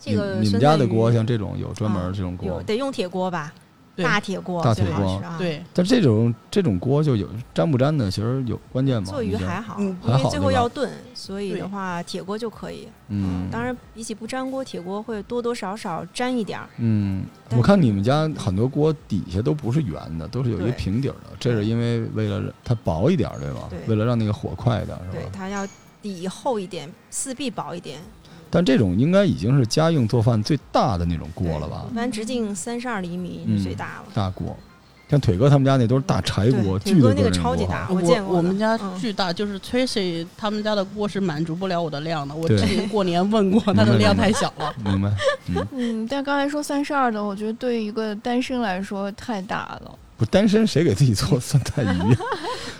[SPEAKER 4] 这个
[SPEAKER 1] 你你们
[SPEAKER 4] 酸
[SPEAKER 1] 家
[SPEAKER 4] 菜
[SPEAKER 1] 的
[SPEAKER 4] 鱼
[SPEAKER 1] 锅像这种有专门这种锅
[SPEAKER 4] 啊有，得用铁锅吧，
[SPEAKER 2] 对
[SPEAKER 4] 大铁锅
[SPEAKER 1] 大
[SPEAKER 4] 最
[SPEAKER 1] 铁
[SPEAKER 4] 好
[SPEAKER 1] 锅
[SPEAKER 4] 吃啊。，
[SPEAKER 2] 对。
[SPEAKER 1] 但这种这种锅就有粘不粘的，其实有关键吗？
[SPEAKER 4] 做鱼
[SPEAKER 1] 你觉得
[SPEAKER 4] 还好，
[SPEAKER 2] 嗯
[SPEAKER 4] 因
[SPEAKER 1] 还好
[SPEAKER 4] 为
[SPEAKER 1] 对
[SPEAKER 4] 最后
[SPEAKER 1] 吧
[SPEAKER 4] 要炖，所以
[SPEAKER 2] 对
[SPEAKER 4] 的话铁锅就可以。
[SPEAKER 1] 嗯，
[SPEAKER 4] 当然比起不粘锅，铁锅会多多少少粘一点儿。
[SPEAKER 1] 嗯，
[SPEAKER 4] 但
[SPEAKER 1] 我
[SPEAKER 4] 是
[SPEAKER 1] 看你们家很多锅底下都不是圆的，都是有一个
[SPEAKER 4] 对
[SPEAKER 1] 平底儿的，这是因为为了它薄一点儿，对吧？
[SPEAKER 4] 对
[SPEAKER 1] 为了让那个火快一点儿，是
[SPEAKER 4] 对
[SPEAKER 1] 吧，？
[SPEAKER 4] 它要底厚一点，四壁薄一点。
[SPEAKER 1] 但这种应该已经是家用做饭最大的那种锅
[SPEAKER 4] 对
[SPEAKER 1] 了吧
[SPEAKER 4] 一？般直径三十二厘米
[SPEAKER 1] 嗯
[SPEAKER 4] 是最大了。
[SPEAKER 1] 大锅，像腿哥他们家那都是大柴锅，
[SPEAKER 4] 对
[SPEAKER 1] 巨
[SPEAKER 4] 腿
[SPEAKER 1] 的
[SPEAKER 4] 哥那个
[SPEAKER 1] 种
[SPEAKER 4] 超级
[SPEAKER 1] 锅
[SPEAKER 4] 大
[SPEAKER 2] 我
[SPEAKER 4] 我见过
[SPEAKER 2] 我们家
[SPEAKER 4] 的嗯
[SPEAKER 2] 巨大，就是 Tracy 他们家的锅是满足不了我的量的。我
[SPEAKER 1] 对
[SPEAKER 2] 之前过年问过，它的量太小了。
[SPEAKER 1] 明白？
[SPEAKER 3] 嗯，但刚才说三十二的，我觉得对于一个单身来说太大了。
[SPEAKER 1] 不单身谁给自己做酸菜 鱼？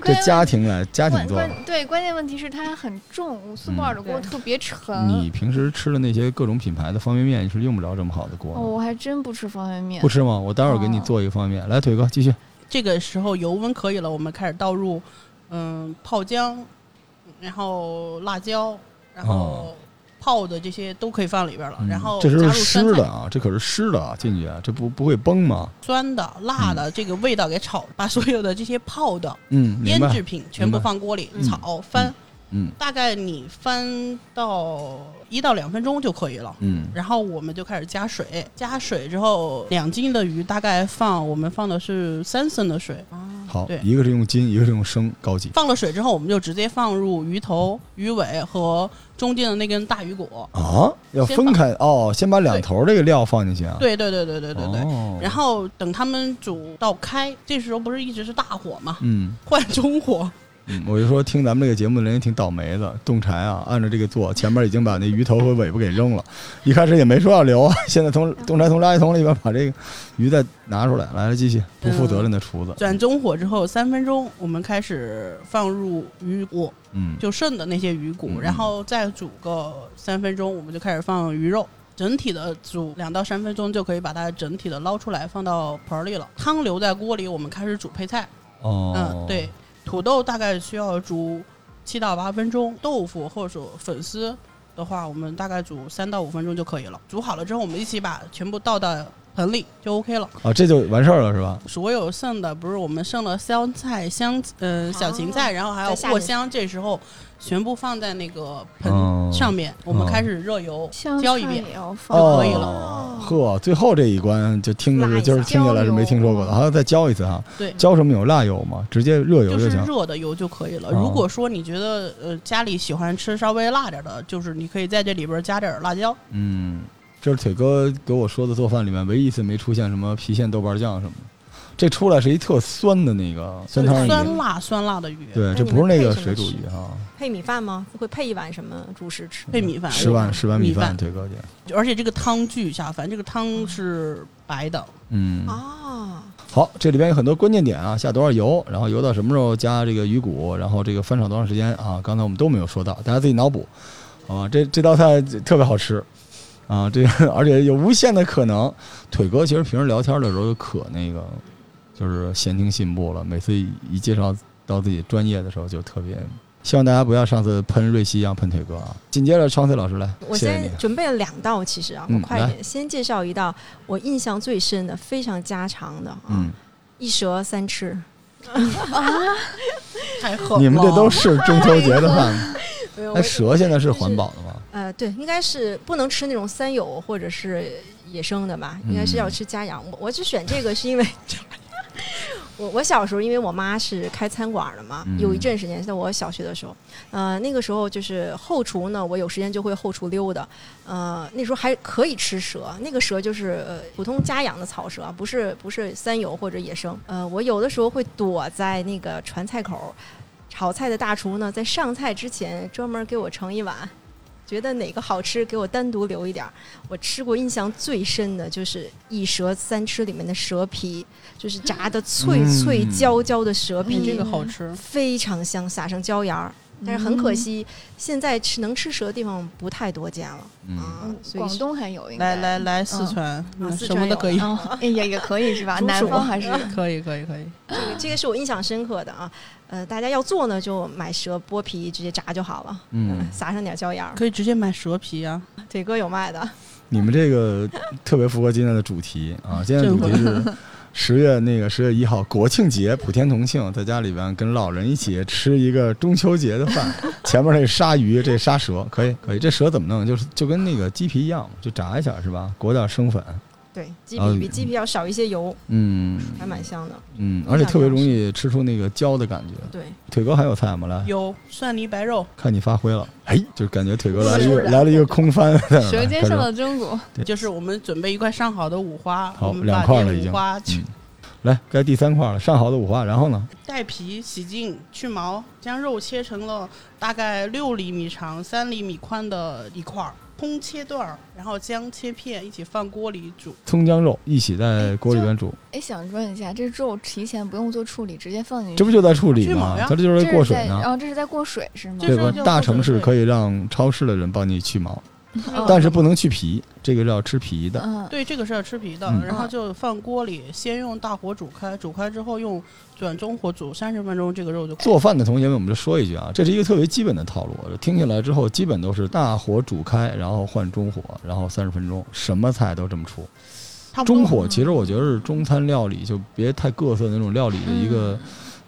[SPEAKER 1] 这家庭来家庭
[SPEAKER 3] 关
[SPEAKER 1] 做的。
[SPEAKER 3] 关对，关键问题是它很重，苏泊尔的锅
[SPEAKER 4] 嗯
[SPEAKER 3] 特别沉。
[SPEAKER 1] 你平时吃的那些各种品牌的方便面是用不着这么好的锅
[SPEAKER 3] 哦，
[SPEAKER 1] 的，
[SPEAKER 3] 我还真不吃方便面
[SPEAKER 1] 不。吃吗？我待会儿给你
[SPEAKER 3] 哦
[SPEAKER 1] 做一个方便面。来，腿哥继续。
[SPEAKER 2] 这个时候油温可以了，我们开始倒入嗯泡姜，然后辣椒，然
[SPEAKER 1] 哦
[SPEAKER 2] 后泡的这些都可以放里边了，
[SPEAKER 1] 嗯
[SPEAKER 2] 然后
[SPEAKER 1] 这
[SPEAKER 2] 加
[SPEAKER 1] 时
[SPEAKER 2] 入
[SPEAKER 1] 候是
[SPEAKER 2] 酸
[SPEAKER 1] 湿
[SPEAKER 2] 菜
[SPEAKER 1] 的啊，这可是湿的啊，进去啊，这不不会崩吗？
[SPEAKER 2] 酸的、辣的这个味道给炒，把所有的这些泡的
[SPEAKER 1] 嗯，明
[SPEAKER 2] 腌
[SPEAKER 1] 白
[SPEAKER 2] 制。品全部
[SPEAKER 1] 明白
[SPEAKER 2] 放锅里
[SPEAKER 4] 嗯
[SPEAKER 2] 炒翻，
[SPEAKER 1] 嗯
[SPEAKER 2] 大概你翻到一到两分钟就可以了。
[SPEAKER 1] 嗯
[SPEAKER 2] 然后我们就开始加水，加水之后两斤的鱼大概放我们放的是三升的水，
[SPEAKER 1] 好
[SPEAKER 2] 嗯对，
[SPEAKER 1] 一个是用筋，一个是用生，高级
[SPEAKER 2] 放了水之后我们就直接放入鱼头、鱼尾和中间的那根大鱼果。
[SPEAKER 1] 啊，要
[SPEAKER 2] 先
[SPEAKER 1] 分
[SPEAKER 2] 放
[SPEAKER 1] 开哦，先把两
[SPEAKER 2] 对
[SPEAKER 1] 头这个料放进去啊。
[SPEAKER 2] 对对对对对对对。
[SPEAKER 1] 哦
[SPEAKER 2] 然后等他们煮到开，这时候不是一直是大火嘛，
[SPEAKER 1] 嗯，
[SPEAKER 2] 换中火，
[SPEAKER 1] 嗯我就说听咱们这个节目的人也挺倒霉的，冻柴啊，按照这个做，前面已经把那鱼头和尾巴给扔了，一开始也没说要留啊，现在从冻柴从垃圾桶里边把这个鱼再拿出来，来来继续，不负责任的厨子，
[SPEAKER 2] 嗯转中火之后三分钟，我们开始放入鱼骨，
[SPEAKER 1] 嗯，
[SPEAKER 2] 就剩的那些鱼骨，
[SPEAKER 1] 嗯
[SPEAKER 2] 然后再煮个三分钟，我们就开始放鱼肉。整体的煮两到三分钟就可以把它整体的捞出来，放到盆儿里了。汤留在锅里，我们开始煮配菜。
[SPEAKER 1] 哦
[SPEAKER 2] 嗯，，对，，土豆大概需要煮七到八分钟，豆腐或者说粉丝的话，我们大概煮三到五分钟就可以了。煮好了之后，我们一起把全部倒到盆里就 OK 了。
[SPEAKER 1] 啊，这就完事儿了是吧？
[SPEAKER 2] 所有剩的不是我们剩了香菜、香呃小芹菜，然后还有
[SPEAKER 4] 哦在下
[SPEAKER 2] 藿
[SPEAKER 4] 面
[SPEAKER 2] 香，这时候全部放在那个
[SPEAKER 1] 哦
[SPEAKER 2] 盆上面，我们开始热
[SPEAKER 4] 嗯
[SPEAKER 2] 油
[SPEAKER 3] 香
[SPEAKER 2] 浇
[SPEAKER 3] 菜
[SPEAKER 2] 一遍。
[SPEAKER 3] 也要放，嗯
[SPEAKER 2] 就可以了
[SPEAKER 1] 哦，呵，最后这一关就听着
[SPEAKER 4] 辣
[SPEAKER 1] 是
[SPEAKER 4] 一
[SPEAKER 1] 今儿
[SPEAKER 4] 下
[SPEAKER 1] 听起来是没听说过的，
[SPEAKER 3] 浇油
[SPEAKER 1] 还要再浇一次哈。
[SPEAKER 2] 对
[SPEAKER 1] 浇什么油？辣油吗？直接热油
[SPEAKER 2] 就
[SPEAKER 1] 就是行。
[SPEAKER 2] 热的油就可以了。
[SPEAKER 1] 哦
[SPEAKER 2] 如果说你觉得呃家里喜欢吃稍微辣点的，就是你可以在这里边加点辣椒。
[SPEAKER 1] 嗯，这是腿哥给我说的做饭里面唯一一次没出现什么郫县豆瓣酱什么的，这出来是一特酸的那个酸汤
[SPEAKER 2] 酸
[SPEAKER 1] 鱼。
[SPEAKER 2] 辣酸辣的鱼，
[SPEAKER 1] 对，
[SPEAKER 4] 那
[SPEAKER 1] 这
[SPEAKER 4] 你
[SPEAKER 1] 不是
[SPEAKER 4] 们
[SPEAKER 1] 那个
[SPEAKER 4] 配什
[SPEAKER 1] 水
[SPEAKER 4] 么
[SPEAKER 1] 煮
[SPEAKER 4] 吃
[SPEAKER 1] 鱼哈，
[SPEAKER 4] 配米饭吗？会配一碗什么主食吃？
[SPEAKER 2] 配米饭。
[SPEAKER 1] 十碗十碗米
[SPEAKER 2] 米
[SPEAKER 1] 饭，
[SPEAKER 2] 饭哦
[SPEAKER 1] 腿哥姐。
[SPEAKER 2] 而且这个汤巨下饭，这个汤是白的，
[SPEAKER 1] 嗯，
[SPEAKER 4] 啊，
[SPEAKER 1] 好，这里边有很多关键点啊，下多少油，然后油到什么时候加这个鱼骨，然后这个翻炒多长时间啊？刚才我们都没有说到，大家自己脑补，好吧？这这道菜特别好吃啊，这 个而且有无限的可能。腿哥其实平时聊天的时候就可那个，就是闲庭信步了，每次一一介绍到自己专业的时候就特别。希望大家不要上次喷瑞希一样喷腿哥啊！紧接着昌翠老师来，
[SPEAKER 4] 我
[SPEAKER 1] 谢谢你啊
[SPEAKER 4] 先。准备了两道，其实啊，
[SPEAKER 1] 嗯
[SPEAKER 4] 我快一点，先介绍一道我印象最深的，非常家常的啊，
[SPEAKER 1] 嗯，
[SPEAKER 4] 一蛇三吃。
[SPEAKER 2] 太狠了。
[SPEAKER 1] 你们这都是中秋节的饭吗？
[SPEAKER 4] 没有
[SPEAKER 1] 哎，蛇现在是环保的吗？
[SPEAKER 4] 呃，对，应该是不能吃那种三友或者是野生的吧，
[SPEAKER 1] 嗯
[SPEAKER 4] 应该是要吃家养。我我只选这个是因为。 我我小时候，因为我妈是开餐馆的嘛，
[SPEAKER 1] 嗯
[SPEAKER 4] 有一阵时间，在我小学的时候，呃，那个时候就是后厨呢，我有时间就会后厨溜达，呃，那时候还可以吃蛇，那个蛇就是、呃、普通家养的草蛇啊，不是不是三友或者野生，呃，我有的时候会躲在那个传菜口，炒菜的大厨呢，在上菜之前专门给我盛一碗，觉得哪个好吃给我单独留一点儿。我吃过印象最深的就是一蛇三吃里面的蛇皮，就是炸的脆脆
[SPEAKER 1] 嗯
[SPEAKER 4] 焦焦的蛇
[SPEAKER 2] 哎
[SPEAKER 4] 皮，
[SPEAKER 2] 这个好吃，
[SPEAKER 4] 非常香，撒上椒盐儿。但是很
[SPEAKER 3] 嗯
[SPEAKER 4] 可惜，现在吃能吃蛇的地方不太多见了、
[SPEAKER 1] 嗯，
[SPEAKER 4] 啊
[SPEAKER 3] 嗯，
[SPEAKER 4] 所以
[SPEAKER 3] 广东还有应
[SPEAKER 2] 来
[SPEAKER 3] 该
[SPEAKER 2] 来来，四
[SPEAKER 3] 嗯
[SPEAKER 2] 川，嗯
[SPEAKER 4] 啊四
[SPEAKER 2] 什
[SPEAKER 4] 川
[SPEAKER 2] 么都
[SPEAKER 4] 有
[SPEAKER 2] 可以，
[SPEAKER 3] 嗯，也也可以 是吧？
[SPEAKER 4] 猪
[SPEAKER 3] 南
[SPEAKER 4] 手
[SPEAKER 3] 方还是
[SPEAKER 2] 可以可以可以。
[SPEAKER 4] 这个这个是我印象深刻的啊。呃，大家要做呢，就买蛇剥皮直接炸就好了，
[SPEAKER 1] 嗯
[SPEAKER 4] 撒上点椒盐儿。
[SPEAKER 2] 可以直接买蛇皮啊，
[SPEAKER 4] 腿哥有卖的，
[SPEAKER 1] 你们这个特别符合今天的主题啊！
[SPEAKER 3] 嗯
[SPEAKER 1] 今天的主题是十月那个十月一号国庆节，普天同庆，在家里边跟老人一起吃一个中秋节的 饭。前面这杀鱼，这杀蛇，可以可以。这蛇怎么弄？就是就跟那个鸡皮一样，就炸一下是吧？裹点生粉，
[SPEAKER 4] 对，鸡
[SPEAKER 1] 啊
[SPEAKER 4] 皮比鸡皮要少一些油，
[SPEAKER 1] 嗯
[SPEAKER 4] 还蛮香的。
[SPEAKER 1] 嗯，而且特别容易吃出那个焦的感觉。
[SPEAKER 4] 对，
[SPEAKER 1] 腿哥还有菜吗？来，
[SPEAKER 2] 有蒜泥白肉，
[SPEAKER 1] 看你发挥了。哎，就是感觉腿哥来了一个
[SPEAKER 3] 是的
[SPEAKER 1] 来了一个空翻，在那儿
[SPEAKER 3] 舌尖
[SPEAKER 1] 开始
[SPEAKER 3] 上的中国，
[SPEAKER 2] 就是我们准备一块上好的五花，
[SPEAKER 1] 好
[SPEAKER 2] 我们
[SPEAKER 1] 两
[SPEAKER 2] 把
[SPEAKER 1] 块
[SPEAKER 2] 这
[SPEAKER 1] 了已经
[SPEAKER 2] 五花去
[SPEAKER 1] 嗯来该第三块了，上好的五花，然后呢？
[SPEAKER 2] 带皮、洗净、去毛，将肉切成了大概六厘米长、三厘米宽的一块儿，空切段儿，然后将切片一起放锅里煮。
[SPEAKER 1] 葱姜肉一起在锅里边煮，
[SPEAKER 3] 哎，想问一下，这肉提前不用做处理，直接放进去，
[SPEAKER 1] 这不就在处理
[SPEAKER 2] 哎去
[SPEAKER 1] 吗
[SPEAKER 2] 毛？呀
[SPEAKER 1] 它这就是
[SPEAKER 3] 这
[SPEAKER 1] 在过
[SPEAKER 3] 是
[SPEAKER 1] 水
[SPEAKER 3] 在，
[SPEAKER 1] 呢
[SPEAKER 3] 然，后这是在过水是吗？嗯
[SPEAKER 2] 这
[SPEAKER 1] 对
[SPEAKER 2] 是哦
[SPEAKER 1] 吧
[SPEAKER 2] 就？
[SPEAKER 1] 大
[SPEAKER 2] 过水
[SPEAKER 1] 城市
[SPEAKER 2] 对
[SPEAKER 1] 可以让超市的人帮你去毛，
[SPEAKER 3] 嗯
[SPEAKER 1] 啊但是不能去皮，这个是要吃皮的。
[SPEAKER 3] 嗯，
[SPEAKER 2] 对，这个是要吃皮的，
[SPEAKER 1] 嗯
[SPEAKER 2] 然后就放锅里，先用大火煮开，煮开之后用短中火煮三十分钟，这个肉就
[SPEAKER 1] 做饭的同学们，我们就说一句啊，这是一个特别基本的套路，听起来之后基本都是大火煮开，然后换中火，然后三十分钟，什么菜都这么出。
[SPEAKER 2] 差不多嗯
[SPEAKER 1] 中火其实我觉得是中餐料理，就别太各色的那种料理的一
[SPEAKER 2] 嗯
[SPEAKER 1] 个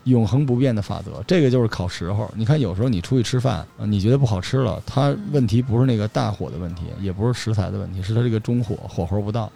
[SPEAKER 1] 永恒不变的法则。这个就是烤时候。你看，有时候你出去吃饭，啊你觉得不好吃了，它问题不是那个大火的问题，也不是食材的问题，是它这个中火火候不到。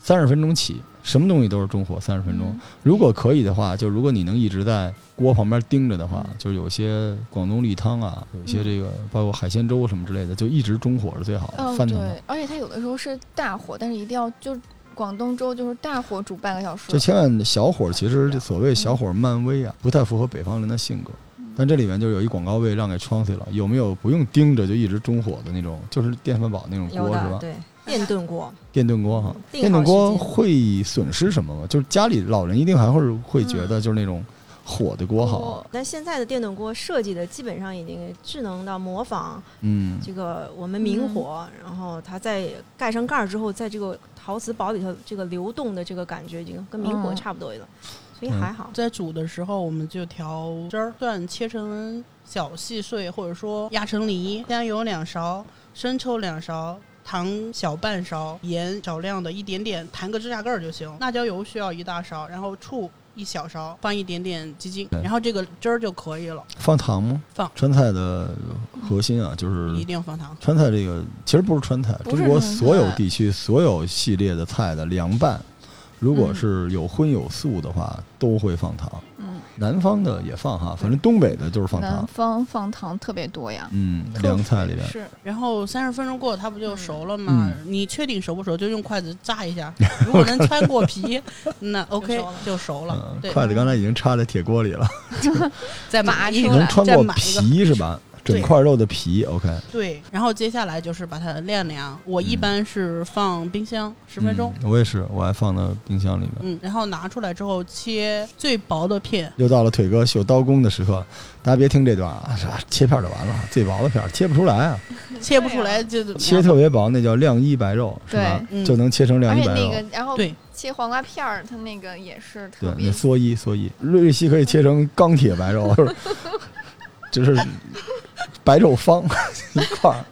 [SPEAKER 1] 三十分钟起，什么东西都是中火三十
[SPEAKER 3] 嗯
[SPEAKER 1] 分钟。如果可以的话，就如果你能一直在锅旁边盯着的话，就是有些广东例汤啊，有些这个包括海鲜粥什么之类的，就一直中火是最好的。
[SPEAKER 3] 嗯，
[SPEAKER 1] 饭
[SPEAKER 3] 嗯
[SPEAKER 1] 能好
[SPEAKER 3] 对，而且它有的时候是大火，但是一定要就是广东粥就是大火煮半个小时
[SPEAKER 4] 嗯
[SPEAKER 1] 这，千万小火，其实这所谓小火慢微啊，不太符合北方人的性格。但这里面就有一广告位让给 Chauncey 了，有没有不用盯着就一直中火的那种，就是电饭煲那种
[SPEAKER 4] 有
[SPEAKER 1] 嗯锅是
[SPEAKER 4] 的
[SPEAKER 1] 吧？
[SPEAKER 4] 对电炖锅，
[SPEAKER 1] 电炖锅哈，
[SPEAKER 4] 定
[SPEAKER 1] 电
[SPEAKER 4] 好
[SPEAKER 1] 炖
[SPEAKER 4] 时
[SPEAKER 1] 锅
[SPEAKER 4] 间
[SPEAKER 1] 会损失什么吗？就是家里老人一定还会会觉
[SPEAKER 4] 嗯
[SPEAKER 1] 得就是那种火的锅好，啊
[SPEAKER 4] 但现在的电炖锅设计的基本上已经智能到模仿
[SPEAKER 1] 嗯，
[SPEAKER 4] 这个我们明火，然后它在盖上盖儿之后，在这个陶瓷煲里头这个流动的这个感觉已经跟明火
[SPEAKER 3] 嗯
[SPEAKER 4] 差不多了，所以
[SPEAKER 1] 嗯
[SPEAKER 4] 还好。
[SPEAKER 2] 在煮的时候，我们就调汁儿，蒜切成小细碎，或者说压成泥，香油两勺，生抽两勺。糖小半勺，盐少量的一点点，弹个指甲盖儿就行。辣椒油需要一大勺，然后醋一小勺，放一点点鸡精，
[SPEAKER 1] 对
[SPEAKER 2] 然后这个汁儿就可以了，
[SPEAKER 1] 放糖吗？
[SPEAKER 2] 放
[SPEAKER 1] 川菜的核心啊，就是
[SPEAKER 2] 一定要放糖。
[SPEAKER 1] 川菜这个其实不是川菜，
[SPEAKER 3] 不是
[SPEAKER 1] 中国
[SPEAKER 3] 川菜
[SPEAKER 1] 所有地区所有系列的菜的凉拌，如果是有荤有素的话，都会放糖。
[SPEAKER 3] 嗯，
[SPEAKER 1] 南方的也放哈，反正东北的就是放
[SPEAKER 3] 南
[SPEAKER 1] 糖。
[SPEAKER 3] 方放糖特别多呀，
[SPEAKER 1] 嗯，
[SPEAKER 3] 特
[SPEAKER 1] 凉菜里边
[SPEAKER 3] 是
[SPEAKER 2] 然后三十分钟过，它不就熟了吗？
[SPEAKER 1] 嗯
[SPEAKER 2] 你确定熟不熟，就用筷子炸一下。 如果能穿过皮， 那 OK 就熟了。
[SPEAKER 1] 嗯，
[SPEAKER 2] 对，
[SPEAKER 1] 筷子刚才已经插在铁锅里了，
[SPEAKER 2] 再买一个
[SPEAKER 3] 拔出来
[SPEAKER 1] 能穿
[SPEAKER 2] 再
[SPEAKER 1] 过
[SPEAKER 2] 买一个
[SPEAKER 1] 皮是吧？整
[SPEAKER 2] 对
[SPEAKER 1] 块肉的皮，OK，
[SPEAKER 2] 对，然后接下来就是把它晾凉。我一
[SPEAKER 1] 嗯
[SPEAKER 2] 般是放冰箱十分钟，
[SPEAKER 1] 嗯我也是，我还放到冰箱里面。
[SPEAKER 2] 嗯然后拿出来之后切最薄的片，
[SPEAKER 1] 又到了腿哥秀刀工的时刻，大家别听这段啊，是吧切片儿就完了，最薄的片儿切不出来啊，
[SPEAKER 2] 切不出来就怎么
[SPEAKER 1] 切
[SPEAKER 2] 样
[SPEAKER 1] 特别薄那叫晾衣白肉，是吧
[SPEAKER 3] 对？
[SPEAKER 2] 嗯
[SPEAKER 1] 就能切成
[SPEAKER 3] 而
[SPEAKER 1] 晾衣
[SPEAKER 3] 且
[SPEAKER 1] 白
[SPEAKER 3] 那
[SPEAKER 1] 肉。
[SPEAKER 3] 个然后
[SPEAKER 2] 对
[SPEAKER 3] 切黄瓜片儿，它那个也是
[SPEAKER 1] 对
[SPEAKER 3] 特，别
[SPEAKER 1] 那蓑衣蓑衣，瑞希可以切成钢铁白肉， 就是就是白肉方 一块儿。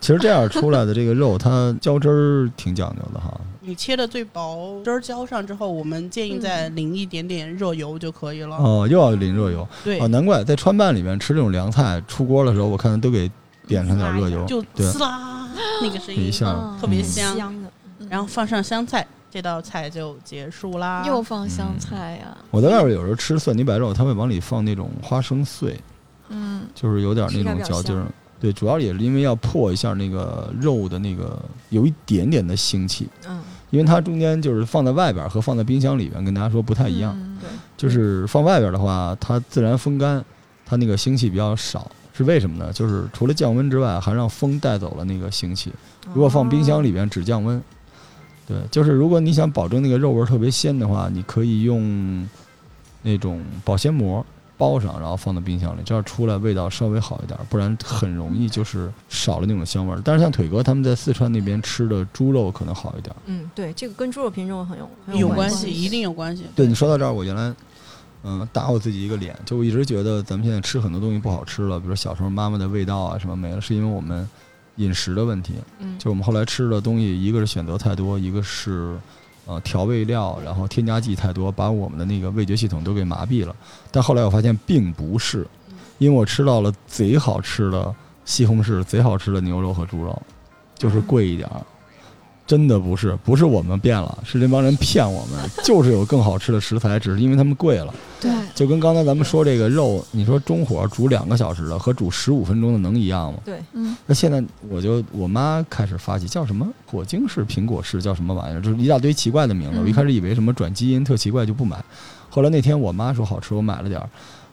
[SPEAKER 1] 其实这样出来的这个肉，它浇汁儿挺讲究的哈。
[SPEAKER 2] 你切的最薄，汁儿浇上之后，我们建议再淋一点点热油就可以了。
[SPEAKER 1] 哦，又要淋热油
[SPEAKER 2] 啊对
[SPEAKER 1] 哦，，难怪在川办里面吃这种凉菜，出锅的时候我看都给点上点热油，
[SPEAKER 2] 就
[SPEAKER 1] 对
[SPEAKER 2] 呲啦那个声
[SPEAKER 1] 一
[SPEAKER 2] 音，
[SPEAKER 1] 下儿
[SPEAKER 3] 嗯
[SPEAKER 2] 特别
[SPEAKER 1] 嗯
[SPEAKER 2] 香
[SPEAKER 4] 香的，
[SPEAKER 2] 然后放上香菜，这道菜就结束啦。
[SPEAKER 3] 又放
[SPEAKER 1] 嗯
[SPEAKER 3] 香菜呀，
[SPEAKER 1] 我在外边有时候吃蒜泥白肉，他会往里放那种花生碎，
[SPEAKER 3] 嗯，
[SPEAKER 1] 就是有点那
[SPEAKER 4] 吃着
[SPEAKER 1] 种
[SPEAKER 4] 比较
[SPEAKER 1] 嚼劲儿
[SPEAKER 4] 香。
[SPEAKER 1] 对，主要也是因为要破一下那个肉的那个有一点点的腥气。
[SPEAKER 4] 嗯，
[SPEAKER 1] 因为它中间就是放在外边儿和放在冰箱里边，跟大家说不太一样。
[SPEAKER 3] 嗯，
[SPEAKER 1] 就是放外边儿的话，它自然风干，它那个腥气比较少，是为什么呢？就是除了降温之外，还让风带走了那个腥气。如果放
[SPEAKER 4] 哦
[SPEAKER 1] 冰箱里边只降温，对，就是如果你想保证那个肉味儿特别鲜的话，你可以用那种保鲜膜包上，然后放到冰箱里，这样出来味道稍微好一点儿，不然很容易就是少了那种香味儿。但是像腿哥他们在四川那边吃的猪肉可能好一点儿。
[SPEAKER 4] 嗯，对，这个跟猪肉品种很有很
[SPEAKER 2] 有
[SPEAKER 4] 关
[SPEAKER 2] 关系，一定有关系。
[SPEAKER 1] 对你说到这儿，我原来嗯打我自己一个脸，就我一直觉得咱们现在吃很多东西不好吃了，比如小时候妈妈的味道啊什么没了，是因为我们饮食的问题。
[SPEAKER 4] 嗯
[SPEAKER 1] 就我们后来吃的东西，一个是选择太多，一个是呃调味料，然后添加剂太多，把我们的那个味觉系统都给麻痹了。但后来我发现并不是，因为我吃到了贼好吃的西红柿，贼好吃的牛肉和猪肉，就是贵一点儿。真的不是，不是我们变了，是这帮人骗我们， 就是有更好吃的食材，只是因为他们贵了。
[SPEAKER 3] 对，
[SPEAKER 1] 就跟刚才咱们说这个肉，你说中火煮两个小时的和煮十五分钟的能一样吗？
[SPEAKER 4] 对，
[SPEAKER 3] 嗯，
[SPEAKER 1] 那现在我就我妈开始发起叫什么火晶式苹果式叫什么玩意儿，就是一大堆奇怪的名字。
[SPEAKER 3] 嗯
[SPEAKER 1] 我一开始以为什么转基因特奇怪就不买，后来那天我妈说好吃，我买了点儿，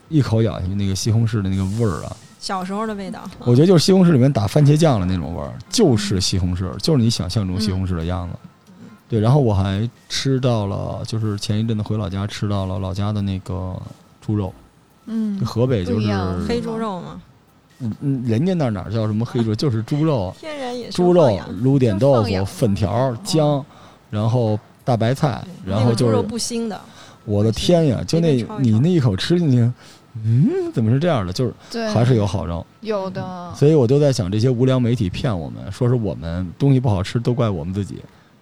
[SPEAKER 1] 一口咬下去那个西红柿的那个味儿啊，
[SPEAKER 4] 小时候的味道，
[SPEAKER 1] 我觉得就是西红柿里面打番茄酱的那种味儿，就是西红柿，就是你想象中西红柿的样子。对，然后我还吃到了，就是前一阵子回老家吃到了老家的那个猪肉，
[SPEAKER 3] 嗯，
[SPEAKER 1] 河北就
[SPEAKER 3] 不一
[SPEAKER 1] 是
[SPEAKER 3] 样
[SPEAKER 4] 非猪肉嘛，
[SPEAKER 1] 嗯嗯，人家那儿哪儿叫什么黑猪，就是猪肉，
[SPEAKER 3] 天然野
[SPEAKER 1] 猪
[SPEAKER 3] 放
[SPEAKER 1] 肉
[SPEAKER 3] 养
[SPEAKER 1] 卤点
[SPEAKER 3] 就
[SPEAKER 1] 豆
[SPEAKER 3] 放养
[SPEAKER 1] 腐、粉条、姜，然后大白菜，
[SPEAKER 4] 对
[SPEAKER 1] 然
[SPEAKER 4] 嗯那
[SPEAKER 1] 后
[SPEAKER 4] 个
[SPEAKER 1] 就
[SPEAKER 4] 猪肉
[SPEAKER 1] 是
[SPEAKER 4] 不腥的，
[SPEAKER 1] 我的天呀，就那
[SPEAKER 4] 随便焯一
[SPEAKER 1] 你
[SPEAKER 4] 炒
[SPEAKER 1] 那一口吃进去，嗯，怎么是这样的？就是
[SPEAKER 3] 对，
[SPEAKER 1] 还是有好肉，
[SPEAKER 3] 有
[SPEAKER 4] 嗯
[SPEAKER 3] 的。
[SPEAKER 1] 所以我就在想，这些无良媒体骗我们，说是我们东西不好吃，都怪我们自己。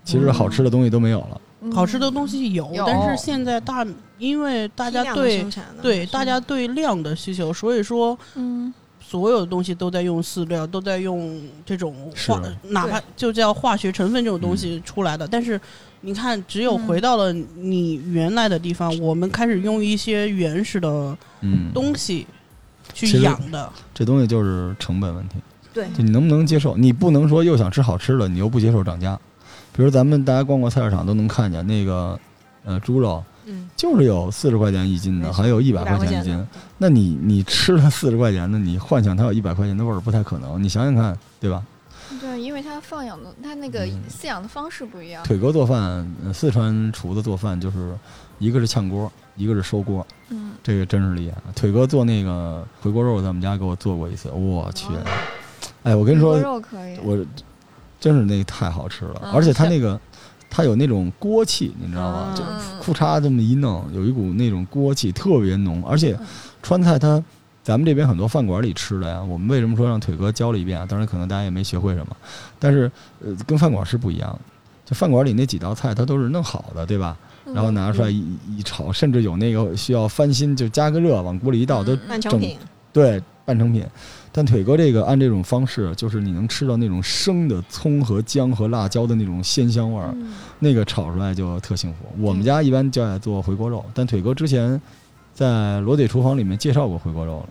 [SPEAKER 1] 其实好吃的东西都没有了，
[SPEAKER 3] 嗯
[SPEAKER 2] 好吃的东西有，
[SPEAKER 3] 有
[SPEAKER 2] 但是现在大因为大
[SPEAKER 4] 批
[SPEAKER 2] 家
[SPEAKER 4] 量地
[SPEAKER 2] 对
[SPEAKER 4] 生产的
[SPEAKER 2] 对
[SPEAKER 4] 是
[SPEAKER 2] 大家对量的需求，所以说
[SPEAKER 3] 嗯，
[SPEAKER 2] 所有的东西都在用饲料，都在用这种
[SPEAKER 1] 是啊嗯
[SPEAKER 2] 化，哪怕就叫化学成分这种东西出来的。但是你看，只有
[SPEAKER 3] 嗯
[SPEAKER 2] 回到了你原来的地方，我们开始用一些原始的
[SPEAKER 1] 嗯，
[SPEAKER 2] 东西
[SPEAKER 1] 其实
[SPEAKER 2] 去养的。
[SPEAKER 1] 这东西就是成本问题，
[SPEAKER 4] 对
[SPEAKER 1] 就你能不能接受？你不能说又想吃好吃的，你又不接受涨价。比如咱们大家逛逛菜市场都能看见那个，呃，猪肉
[SPEAKER 4] 嗯，
[SPEAKER 1] 就是有四十块钱一斤的，
[SPEAKER 4] 没错
[SPEAKER 1] 还有一百
[SPEAKER 4] 100
[SPEAKER 1] 块
[SPEAKER 4] 块
[SPEAKER 1] 钱一
[SPEAKER 4] 钱
[SPEAKER 1] 斤
[SPEAKER 4] 的。
[SPEAKER 1] 那你你吃了四十块钱的，你幻想它有一百块钱的味儿不太可能。你想想看，对吧？
[SPEAKER 3] 对，因为它放养的，它那个
[SPEAKER 1] 嗯
[SPEAKER 3] 饲养的方式不
[SPEAKER 4] 嗯
[SPEAKER 3] 一样。
[SPEAKER 1] 腿哥做饭，呃四川厨子做饭就是一个是炝锅，一个是收锅，
[SPEAKER 3] 嗯，
[SPEAKER 1] 这个真是厉害。腿哥做那个回锅肉，在我们家给我做过一次，我去，哎，我跟你
[SPEAKER 3] 哦
[SPEAKER 1] 说
[SPEAKER 3] 回锅，肉可以，
[SPEAKER 1] 我真是那个太好吃了，
[SPEAKER 3] 嗯
[SPEAKER 1] 而且它
[SPEAKER 3] 是
[SPEAKER 1] 那个它有那种锅气，你知道吧？就
[SPEAKER 3] 嗯
[SPEAKER 1] 裤衩这么一弄，有一股那种锅气，特别浓。而
[SPEAKER 3] 嗯
[SPEAKER 1] 且川菜它，咱们这边很多饭馆里吃的呀，我们为什么说让腿哥教了一遍啊？当然，可能大家也没学会什么，但是呃，跟饭馆是不一样的。就饭馆里那几道菜，它都是弄好的，对吧？
[SPEAKER 3] 嗯
[SPEAKER 1] 然后拿出来一一一炒，甚至有那个需要翻新，就加个热往锅里一倒，都
[SPEAKER 3] 嗯
[SPEAKER 4] 半成
[SPEAKER 1] 整
[SPEAKER 4] 品，
[SPEAKER 1] 对半成品。但腿哥这个按这种方式，就是你能吃到那种生的葱和姜和辣椒的那种鲜香味儿，
[SPEAKER 3] 嗯
[SPEAKER 1] 那个炒出来就特幸福。我们
[SPEAKER 3] 嗯
[SPEAKER 1] 家一般就爱做回锅肉，但腿哥之前在罗嘴厨房里面介绍过回锅肉了，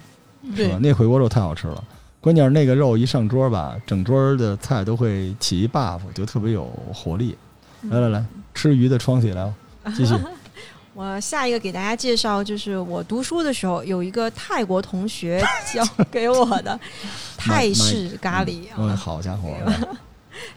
[SPEAKER 1] 是
[SPEAKER 2] 对
[SPEAKER 1] 吧？，那回锅肉太好吃了，关键是那个肉一上桌吧，整桌的菜都会起一 buff，就特别有活力。
[SPEAKER 3] 嗯
[SPEAKER 1] 来来来，吃鱼的双起来吧，继续。
[SPEAKER 4] 我下一个给大家介绍，就是我读书的时候有一个泰国 同学教给我的泰式咖喱
[SPEAKER 1] 嗯，
[SPEAKER 4] 啊，
[SPEAKER 1] 好家伙，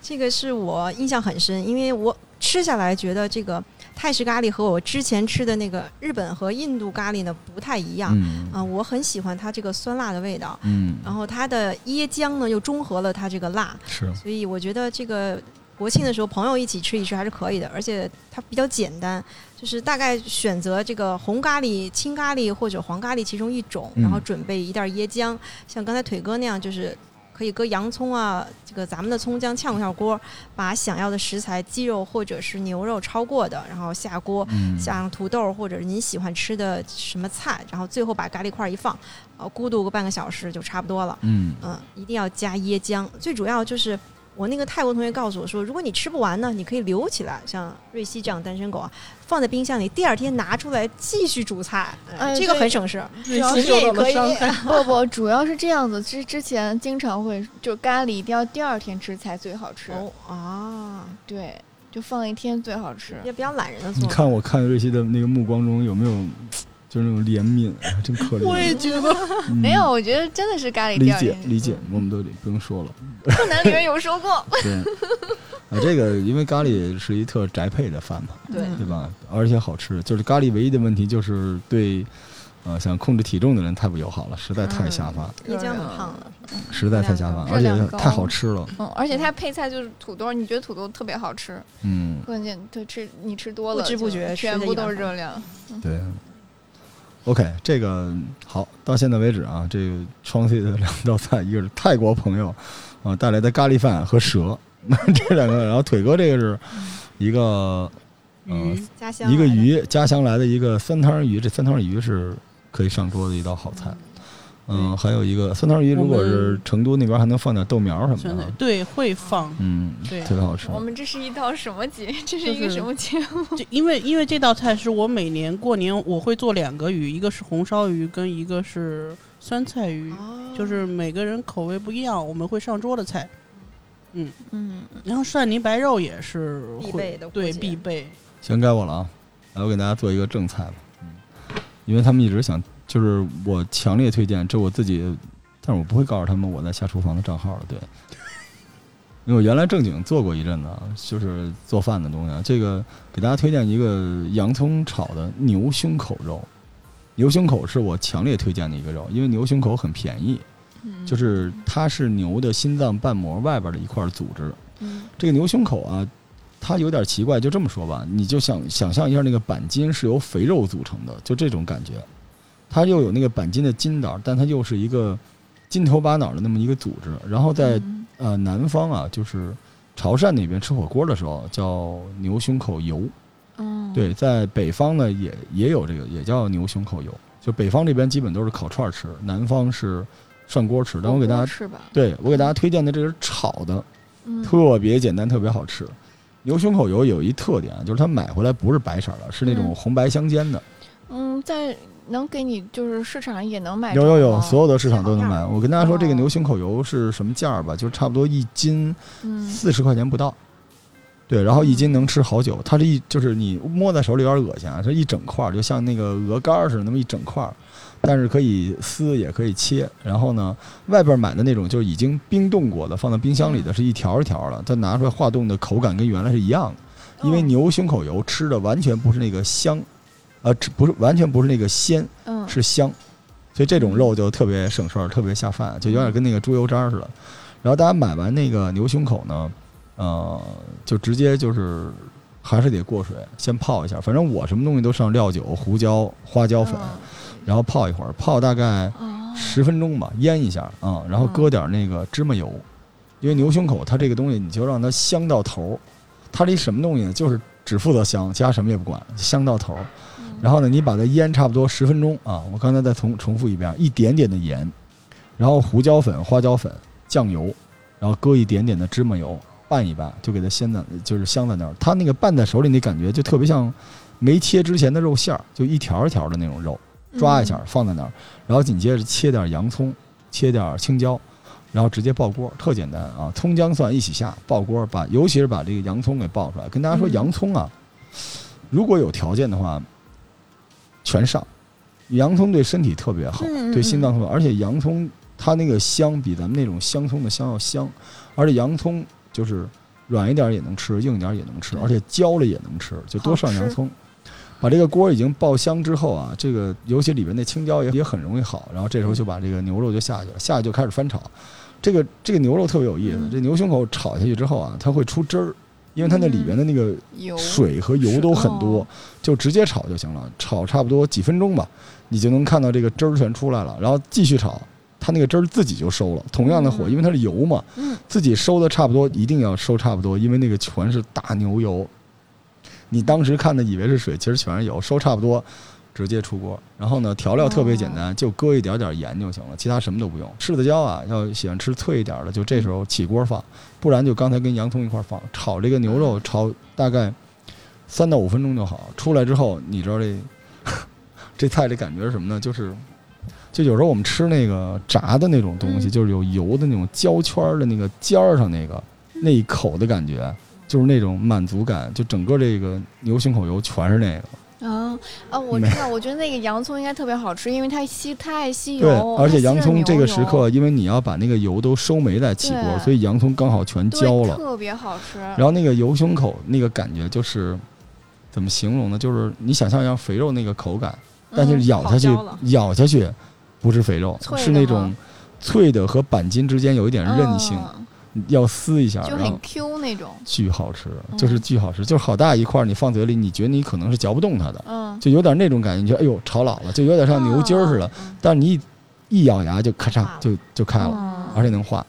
[SPEAKER 4] 这个是我印象很深，因为我吃下来觉得这个泰式咖喱和我之前吃的那个日本和印度咖喱呢不太一样
[SPEAKER 1] 嗯
[SPEAKER 4] 啊，我很喜欢它这个酸辣的味道，
[SPEAKER 1] 嗯，
[SPEAKER 4] 然后它的椰浆呢又中和了它这个辣，
[SPEAKER 1] 是
[SPEAKER 4] 所以我觉得这个国庆的时候朋友一起吃一吃还是可以的，而且它比较简单，就是大概选择这个红咖喱、青咖喱或者黄咖喱其中一种，
[SPEAKER 1] 嗯
[SPEAKER 4] 然后准备一袋椰浆，像刚才腿哥那样，就是可以搁洋葱啊，这个咱们的葱姜炝上锅，把想要的食材鸡肉或者是牛肉焯过的，然后下锅。
[SPEAKER 1] 嗯
[SPEAKER 4] 像土豆或者您喜欢吃的什么菜，然后最后把咖喱块一放，呃，咕嘟个半个小时就差不多了。
[SPEAKER 1] 嗯
[SPEAKER 4] 嗯，一定要加椰浆。最主要就是我那个泰国同学告诉我说，如果你吃不完呢，你可以留起来，像瑞希这样单身狗啊，放在冰箱里，第二天拿出来继续煮菜，呃
[SPEAKER 3] 哎
[SPEAKER 4] 这个
[SPEAKER 3] 对
[SPEAKER 4] 很省事儿。
[SPEAKER 2] 只
[SPEAKER 4] 要是
[SPEAKER 2] 受到了
[SPEAKER 4] 可以
[SPEAKER 2] 伤害，
[SPEAKER 3] 不不，主要是这样子。之之前经常会就咖喱一定要第二天吃才最好吃，
[SPEAKER 4] 哦啊，
[SPEAKER 3] 对，就放一天最好吃。
[SPEAKER 4] 也比较懒人的
[SPEAKER 1] 你
[SPEAKER 4] 做法。
[SPEAKER 1] 看我看瑞希的那个目光中有没有就是那种怜悯，哎真可
[SPEAKER 2] 我也
[SPEAKER 1] 怜。
[SPEAKER 2] 觉得
[SPEAKER 1] 嗯
[SPEAKER 3] 没有，我觉得真的是咖喱
[SPEAKER 1] 理
[SPEAKER 3] 第二
[SPEAKER 1] 解
[SPEAKER 3] 天。
[SPEAKER 1] 理解，我们都得不用说了。
[SPEAKER 3] 柯南里面有 说过。
[SPEAKER 1] 对，啊，这个因为咖喱是一特宅配的饭嘛，
[SPEAKER 4] 对
[SPEAKER 1] 对吧？而且好吃，就是咖喱唯一的问题就是对。呃，想控制体重的人太不友好了，实在太下饭，
[SPEAKER 4] 椰浆很胖
[SPEAKER 3] 嗯
[SPEAKER 4] 的，
[SPEAKER 1] 实在太下饭，而
[SPEAKER 3] 热量
[SPEAKER 1] 且
[SPEAKER 3] 高
[SPEAKER 1] 太好吃了。
[SPEAKER 3] 嗯，而且它配菜就是土豆，你觉得土豆特别好吃，
[SPEAKER 1] 嗯，
[SPEAKER 3] 关键它吃你吃多
[SPEAKER 4] 不
[SPEAKER 3] 了就，
[SPEAKER 4] 知不觉吃
[SPEAKER 3] 全
[SPEAKER 4] 得
[SPEAKER 3] 部
[SPEAKER 4] 一碗
[SPEAKER 3] 都是
[SPEAKER 4] 饭
[SPEAKER 1] 嗯
[SPEAKER 3] 热量。
[SPEAKER 1] 对。OK，这个好，到现在为止啊，这个创新的两道菜，一个是泰国朋友啊带来的咖喱饭和蛇， 这两个，然后腿哥这个是一个呃
[SPEAKER 2] 鱼
[SPEAKER 4] 家
[SPEAKER 3] 嗯
[SPEAKER 4] 乡
[SPEAKER 1] 一个
[SPEAKER 4] 来的，
[SPEAKER 1] 鱼家乡来的一个三汤鱼，这三汤鱼是可以上桌的一道好菜。嗯，还有一个三汤鱼，如果
[SPEAKER 2] 我
[SPEAKER 1] 是
[SPEAKER 2] 们
[SPEAKER 1] 成都那边还能放点豆苗什
[SPEAKER 2] 真
[SPEAKER 1] 么
[SPEAKER 2] 的
[SPEAKER 1] 的，
[SPEAKER 2] 对会放，
[SPEAKER 1] 嗯，
[SPEAKER 2] 对
[SPEAKER 1] 特别好吃。
[SPEAKER 3] 我们这是一道什么节？这是
[SPEAKER 2] 就
[SPEAKER 3] 一个
[SPEAKER 2] 是
[SPEAKER 3] 什么节目？
[SPEAKER 2] 这因为因为这道菜是我每年过年我会做两个鱼，一个是红烧鱼，跟一个是酸菜鱼，
[SPEAKER 4] 哦
[SPEAKER 2] 就是每个人口味不一样，我们会上桌的菜。
[SPEAKER 3] 嗯，
[SPEAKER 2] 然后蒜泥白肉也是
[SPEAKER 4] 必
[SPEAKER 2] 会
[SPEAKER 4] 备的
[SPEAKER 2] 对
[SPEAKER 4] 过节
[SPEAKER 2] 必备。
[SPEAKER 1] 行，该我了啊！来，我给大家做一个正菜吧。嗯，因为他们一直想，就是我强烈推荐，这我自己，但是我不会告诉他们我在下厨房的账号了。对，因为我原来正经做过一阵子啊，就是做饭的东西啊。这个给大家推荐一个洋葱炒的牛胸口肉，牛胸口是我强烈推荐的一个肉，因为牛胸口很便宜，
[SPEAKER 3] 嗯
[SPEAKER 1] 就是它是牛的心脏瓣膜外边的一块组织。
[SPEAKER 3] 嗯
[SPEAKER 1] 这个牛胸口啊，它有点奇怪，就这么说吧，你就想想象一下，那个板筋是由肥肉组成的，就这种感觉。它又有那个板筋的筋道，但它又是一个筋头巴脑的那么一个组织。然后在
[SPEAKER 3] 嗯
[SPEAKER 1] 呃南方啊，就是潮汕那边吃火锅的时候叫牛胸口油，
[SPEAKER 3] 哦
[SPEAKER 1] 对，在北方呢也也有这个，也叫牛胸口油。就北方这边基本都是烤串儿吃，南方是涮锅吃。但我给大
[SPEAKER 3] 火锅
[SPEAKER 1] 家，
[SPEAKER 3] 吃吧，
[SPEAKER 1] 对我给大家推荐的这是炒的，
[SPEAKER 3] 嗯
[SPEAKER 1] 特别简单，特别好吃。牛胸口油有一特点啊，就是它买回来不是白色儿的，是那种
[SPEAKER 3] 嗯
[SPEAKER 1] 红白相间的。
[SPEAKER 3] 嗯，在能给你就是市场上也能买
[SPEAKER 1] 有有有，
[SPEAKER 3] 所
[SPEAKER 1] 所有的市场都能买。我跟大家说，这个
[SPEAKER 3] 哦
[SPEAKER 1] 牛胸口油是什么价儿吧？就是差不多一斤
[SPEAKER 3] 嗯
[SPEAKER 1] 四十块钱不到。对，然后一斤能吃好久。它是一就是你摸在手里有点恶心啊，它一整块儿，就像那个鹅肝儿似的，那么一整块儿，但是可以撕也可以切。然后呢，外边买的那种就是已经冰冻过的，放到冰箱
[SPEAKER 3] 嗯
[SPEAKER 1] 里的是一条一条的，它拿出来化冻的口感跟原来是一样的，
[SPEAKER 3] 哦嗯
[SPEAKER 1] 因为牛胸口油吃的完全不是那个香，呃，吃不是完全不是那个鲜，
[SPEAKER 3] 嗯
[SPEAKER 1] 是香，所以这种肉就特别省事儿，特别下饭，就有点跟那个猪油渣儿似的。然后大家买完那个牛胸口呢，呃，就直接就是还是得过水，先泡一下。反正我什么东西都上料酒、胡椒、花
[SPEAKER 3] 嗯
[SPEAKER 1] 椒粉，然后泡一会儿，泡大概
[SPEAKER 3] 哦
[SPEAKER 1] 十分钟吧，腌一下啊、嗯然后搁点那个芝麻油，因为牛胸口它这个东西你就让它香到头儿，它这什么东西呢？就是只负责香，其他什么也不管，香到头儿。然后呢，你把它腌差不多十分钟啊，我刚才再重重复一遍，一点点的盐，然后胡椒粉、花椒粉、酱油，然后搁一点点的芝麻油拌一拌，就给它鲜在就是香在那儿。它那个拌在手里那感觉就特别像没切之前的肉馅儿，就一条一条的那种肉，
[SPEAKER 3] 嗯
[SPEAKER 1] 抓一下放在那儿，然后紧接着切点洋葱，切点青椒。然后直接爆锅，特简单啊！葱姜蒜一起下爆锅，把尤其是把这个洋葱给爆出来。跟大家说，
[SPEAKER 3] 嗯
[SPEAKER 1] 洋葱啊，如果有条件的话，全上。洋葱对身体特别好，
[SPEAKER 3] 嗯嗯
[SPEAKER 1] 对心脏特别好，而且洋葱它那个香比咱们那种香葱的香要香，而且洋葱就是软一点儿也能吃，硬一点儿也能吃，
[SPEAKER 3] 对
[SPEAKER 1] 而且焦了也能吃，就多上
[SPEAKER 3] 好吃
[SPEAKER 1] 洋葱。把这个锅已经爆香之后啊，这个尤其里边那青椒也也很容易好，然后这时候就把这个牛肉就下去了，下去就开始翻炒。这个这个牛肉特别有意思，
[SPEAKER 3] 嗯
[SPEAKER 1] 这牛胸口炒下去之后啊，它会出汁儿，因为它那里边的那个
[SPEAKER 3] 嗯油
[SPEAKER 1] 水和油都很多
[SPEAKER 3] 哦，
[SPEAKER 1] 就直接炒就行了，炒差不多几分钟吧，你就能看到这个汁儿全出来了，然后继续炒，它那个汁儿自己就收了。同样的火，
[SPEAKER 3] 嗯
[SPEAKER 1] 因为它是油嘛，
[SPEAKER 3] 嗯
[SPEAKER 1] 自己收的差不多，一定要收差不多，因为那个全是大牛油。你当时看的以为是水，其实全是油，收差不多，直接出锅。然后呢，调料特别简
[SPEAKER 3] 哦
[SPEAKER 1] 单，就搁一点点盐就行了，其他什么都不用。柿子椒啊，要喜欢吃脆一点的，就这时候起锅放，不然就刚才跟洋葱一块儿放。炒这个牛
[SPEAKER 3] 嗯
[SPEAKER 1] 肉炒大概三到五分钟就好。出来之后，你知道这 这菜这感觉是什么呢？就是就有时候我们吃那个炸的那种东西，
[SPEAKER 3] 嗯
[SPEAKER 1] 就是有油的那种焦圈儿的那个尖儿上那个那一口的感觉，就是那种满足感，就整个这个牛胸口油全是那个。
[SPEAKER 3] 啊啊！我
[SPEAKER 1] 没
[SPEAKER 3] 知道，我觉得那个洋葱应该特别好吃，因为它吸太吸
[SPEAKER 1] 对
[SPEAKER 3] 油，，
[SPEAKER 1] 而且
[SPEAKER 3] 它吸
[SPEAKER 1] 洋
[SPEAKER 3] 了
[SPEAKER 1] 葱
[SPEAKER 3] 牛
[SPEAKER 1] 这个时
[SPEAKER 3] 油
[SPEAKER 1] 刻，因为你要把那个油都收没在起锅，
[SPEAKER 3] 对
[SPEAKER 1] 所以洋葱刚好全
[SPEAKER 3] 对
[SPEAKER 1] 焦了。
[SPEAKER 3] 特别好吃。
[SPEAKER 1] 然后那个油胸口那个感觉就是怎么形容呢？就是你想象一下肥肉那个口感，但
[SPEAKER 3] 嗯
[SPEAKER 1] 是咬下去，
[SPEAKER 4] 烤焦了
[SPEAKER 1] 咬下去不是肥肉，
[SPEAKER 3] 脆的
[SPEAKER 1] 是那
[SPEAKER 3] 吗
[SPEAKER 1] 种脆的和板筋之间有一点韧性，
[SPEAKER 3] 嗯
[SPEAKER 1] 要撕一下，
[SPEAKER 3] 就
[SPEAKER 1] 然后
[SPEAKER 3] 很 Q 那种。
[SPEAKER 1] 巨好吃，
[SPEAKER 3] 嗯
[SPEAKER 1] 就是巨好吃，就是好大一块，儿，你放嘴里，你觉得你可能是嚼不动它的，
[SPEAKER 3] 嗯，
[SPEAKER 1] 就有点那种感觉，你觉得哎呦炒老了，就有点像牛筋儿似的，
[SPEAKER 4] 嗯
[SPEAKER 1] 但是你一一咬牙就咔嚓
[SPEAKER 4] 化了
[SPEAKER 1] 就就开了，
[SPEAKER 3] 嗯
[SPEAKER 1] 而且能化，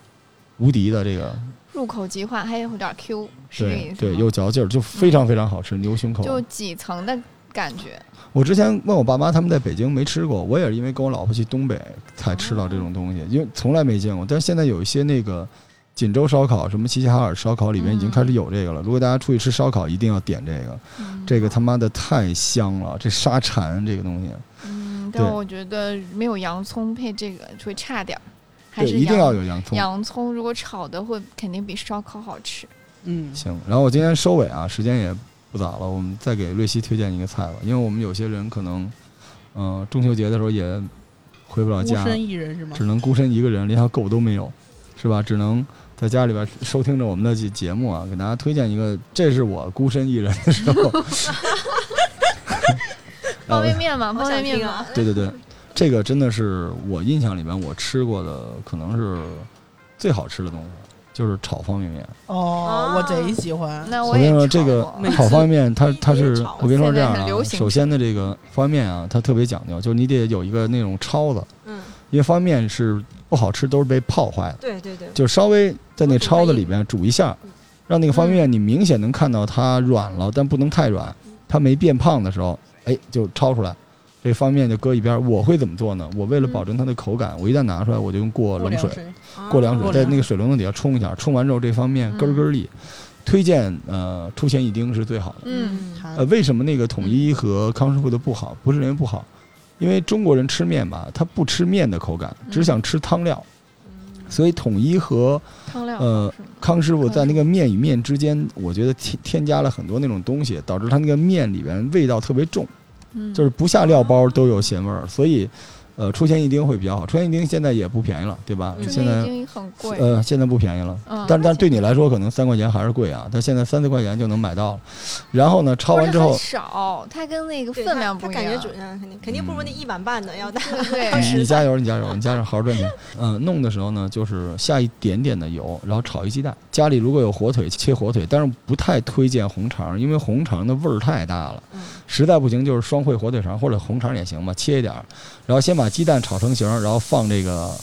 [SPEAKER 1] 无敌的这个，
[SPEAKER 3] 入口即化，还有点 Q，是这个
[SPEAKER 1] 对
[SPEAKER 3] 意思
[SPEAKER 1] 对，
[SPEAKER 3] 吗
[SPEAKER 1] 有嚼劲儿，就非常非常好吃，牛胸口。
[SPEAKER 3] 就几层的感觉。
[SPEAKER 1] 我之前问我爸妈，他们在北京没吃过，我也是因为跟我老婆去东北才吃到这种东
[SPEAKER 3] 哦
[SPEAKER 1] 西，因为从来没见过。但是现在有一些那个锦州烧烤、什么齐齐哈尔烧烤里面已经开始有这个了。如果大家出去吃烧烤，一定要点这个，
[SPEAKER 3] 嗯
[SPEAKER 1] 这个他妈的太香了，这沙馋这个东西，
[SPEAKER 3] 嗯，
[SPEAKER 1] 对
[SPEAKER 3] 但我觉得没有洋葱配这个会差点儿，还
[SPEAKER 1] 对，
[SPEAKER 3] 是
[SPEAKER 1] 一定
[SPEAKER 3] 洋
[SPEAKER 1] 要有洋葱。啊
[SPEAKER 3] 洋葱，如果炒的会肯定比烧烤好吃。
[SPEAKER 2] 嗯，
[SPEAKER 1] 行，然后我今天收尾啊，时间也不早了，我们再给瑞希推荐一个菜吧，因为我们有些人可能，嗯、中秋节的时候也回不了
[SPEAKER 2] 孤
[SPEAKER 1] 家，
[SPEAKER 2] 身一人是吗
[SPEAKER 1] 只？能孤身一个人，连条狗都没有，是吧？只能在家里边收听着我们的节节目啊，给大家推荐一个，这是我孤身一人的 时候。
[SPEAKER 3] 方
[SPEAKER 1] 啊
[SPEAKER 3] 便面嘛，
[SPEAKER 4] 好
[SPEAKER 3] 方
[SPEAKER 4] 想
[SPEAKER 3] 便面
[SPEAKER 4] 听
[SPEAKER 3] 嘛
[SPEAKER 4] 啊，
[SPEAKER 1] 对对对，这个真的是我印象里边我吃过的可能是最好吃的东西，就是炒方便面。
[SPEAKER 2] 哦，我贼喜
[SPEAKER 4] 啊
[SPEAKER 2] 欢。
[SPEAKER 3] 那
[SPEAKER 1] 我
[SPEAKER 3] 啊也
[SPEAKER 1] 跟你说，
[SPEAKER 3] 炒
[SPEAKER 1] 这个
[SPEAKER 3] 过
[SPEAKER 2] 每次
[SPEAKER 1] 炒方便面， 它它
[SPEAKER 4] 一夜
[SPEAKER 1] 是
[SPEAKER 4] 炒
[SPEAKER 1] 我跟你说是这样
[SPEAKER 3] 现在很
[SPEAKER 1] 啊，
[SPEAKER 3] 流行
[SPEAKER 1] 首先的这个方便面啊，它特别讲究，就是你得有一个那种抄子，
[SPEAKER 4] 嗯，
[SPEAKER 1] 因为方便面是不好吃，都是被泡坏的，
[SPEAKER 4] 对对对，
[SPEAKER 1] 就稍微在那抄子里边煮一下
[SPEAKER 4] 嗯，
[SPEAKER 1] 让那个方便面你明显能看到它软了，但不能太软，它没变胖的时候，哎，就抄出来。这方便面就搁一边儿，我会怎么做呢？我为了保证它的口感，我一旦拿出来，我就用过冷水，
[SPEAKER 2] 水，
[SPEAKER 4] 啊
[SPEAKER 1] 过凉
[SPEAKER 4] 哦
[SPEAKER 1] 水，
[SPEAKER 2] 过
[SPEAKER 1] 在
[SPEAKER 2] 凉
[SPEAKER 1] 那个水龙头底下冲一下，冲完之后这方面根儿根儿立。推荐呃出前一丁是最好的。
[SPEAKER 3] 嗯，
[SPEAKER 2] 它
[SPEAKER 1] 呃，为什么那个统一和康师傅的不好？不是因为不好，因为中国人吃面吧，他不吃面的口感，只想吃汤料，
[SPEAKER 3] 嗯
[SPEAKER 1] 所以统一和
[SPEAKER 3] 汤料
[SPEAKER 1] 呃
[SPEAKER 4] 嗯
[SPEAKER 3] 是吗
[SPEAKER 1] 康师傅在
[SPEAKER 3] 康
[SPEAKER 1] 那
[SPEAKER 3] 师
[SPEAKER 1] 个面与面之间，我觉得添添加了很多那种东西，导致它那个面里边味道特别重。
[SPEAKER 3] 嗯
[SPEAKER 1] 就是不下料包都有咸味儿，所以，呃，出前一丁会比较好。出前一丁现在也不便宜了，对吧？
[SPEAKER 4] 嗯
[SPEAKER 1] 现
[SPEAKER 3] 中间已
[SPEAKER 1] 在
[SPEAKER 3] 经很贵，
[SPEAKER 1] 呃，现在不便宜了，
[SPEAKER 3] 嗯
[SPEAKER 1] 但但对你来说可能三块钱还是贵啊，但现在三四块钱就能买到了。然后呢，抄
[SPEAKER 3] 不是
[SPEAKER 1] 完之
[SPEAKER 3] 很
[SPEAKER 1] 后，
[SPEAKER 3] 少，它跟那个
[SPEAKER 4] 对
[SPEAKER 3] 分
[SPEAKER 4] 它
[SPEAKER 3] 量
[SPEAKER 4] 它
[SPEAKER 3] 不一
[SPEAKER 4] 感觉
[SPEAKER 3] 样，
[SPEAKER 4] 准啊，肯定肯定不如那一碗半的要大。
[SPEAKER 3] 对 对
[SPEAKER 1] 你你
[SPEAKER 3] 对，
[SPEAKER 1] 加油，你加油，你加油，好好赚钱。嗯、弄的时候呢，就是下一点点的油，然后炒一鸡蛋。家里如果有火腿，切火腿，但是不太推荐红肠，因为红肠的味儿太大了。
[SPEAKER 4] 嗯
[SPEAKER 1] 实在不行就是双烩火腿肠或者红肠也行吧，切一点儿，然后先把鸡蛋炒成型儿，然后放这个呃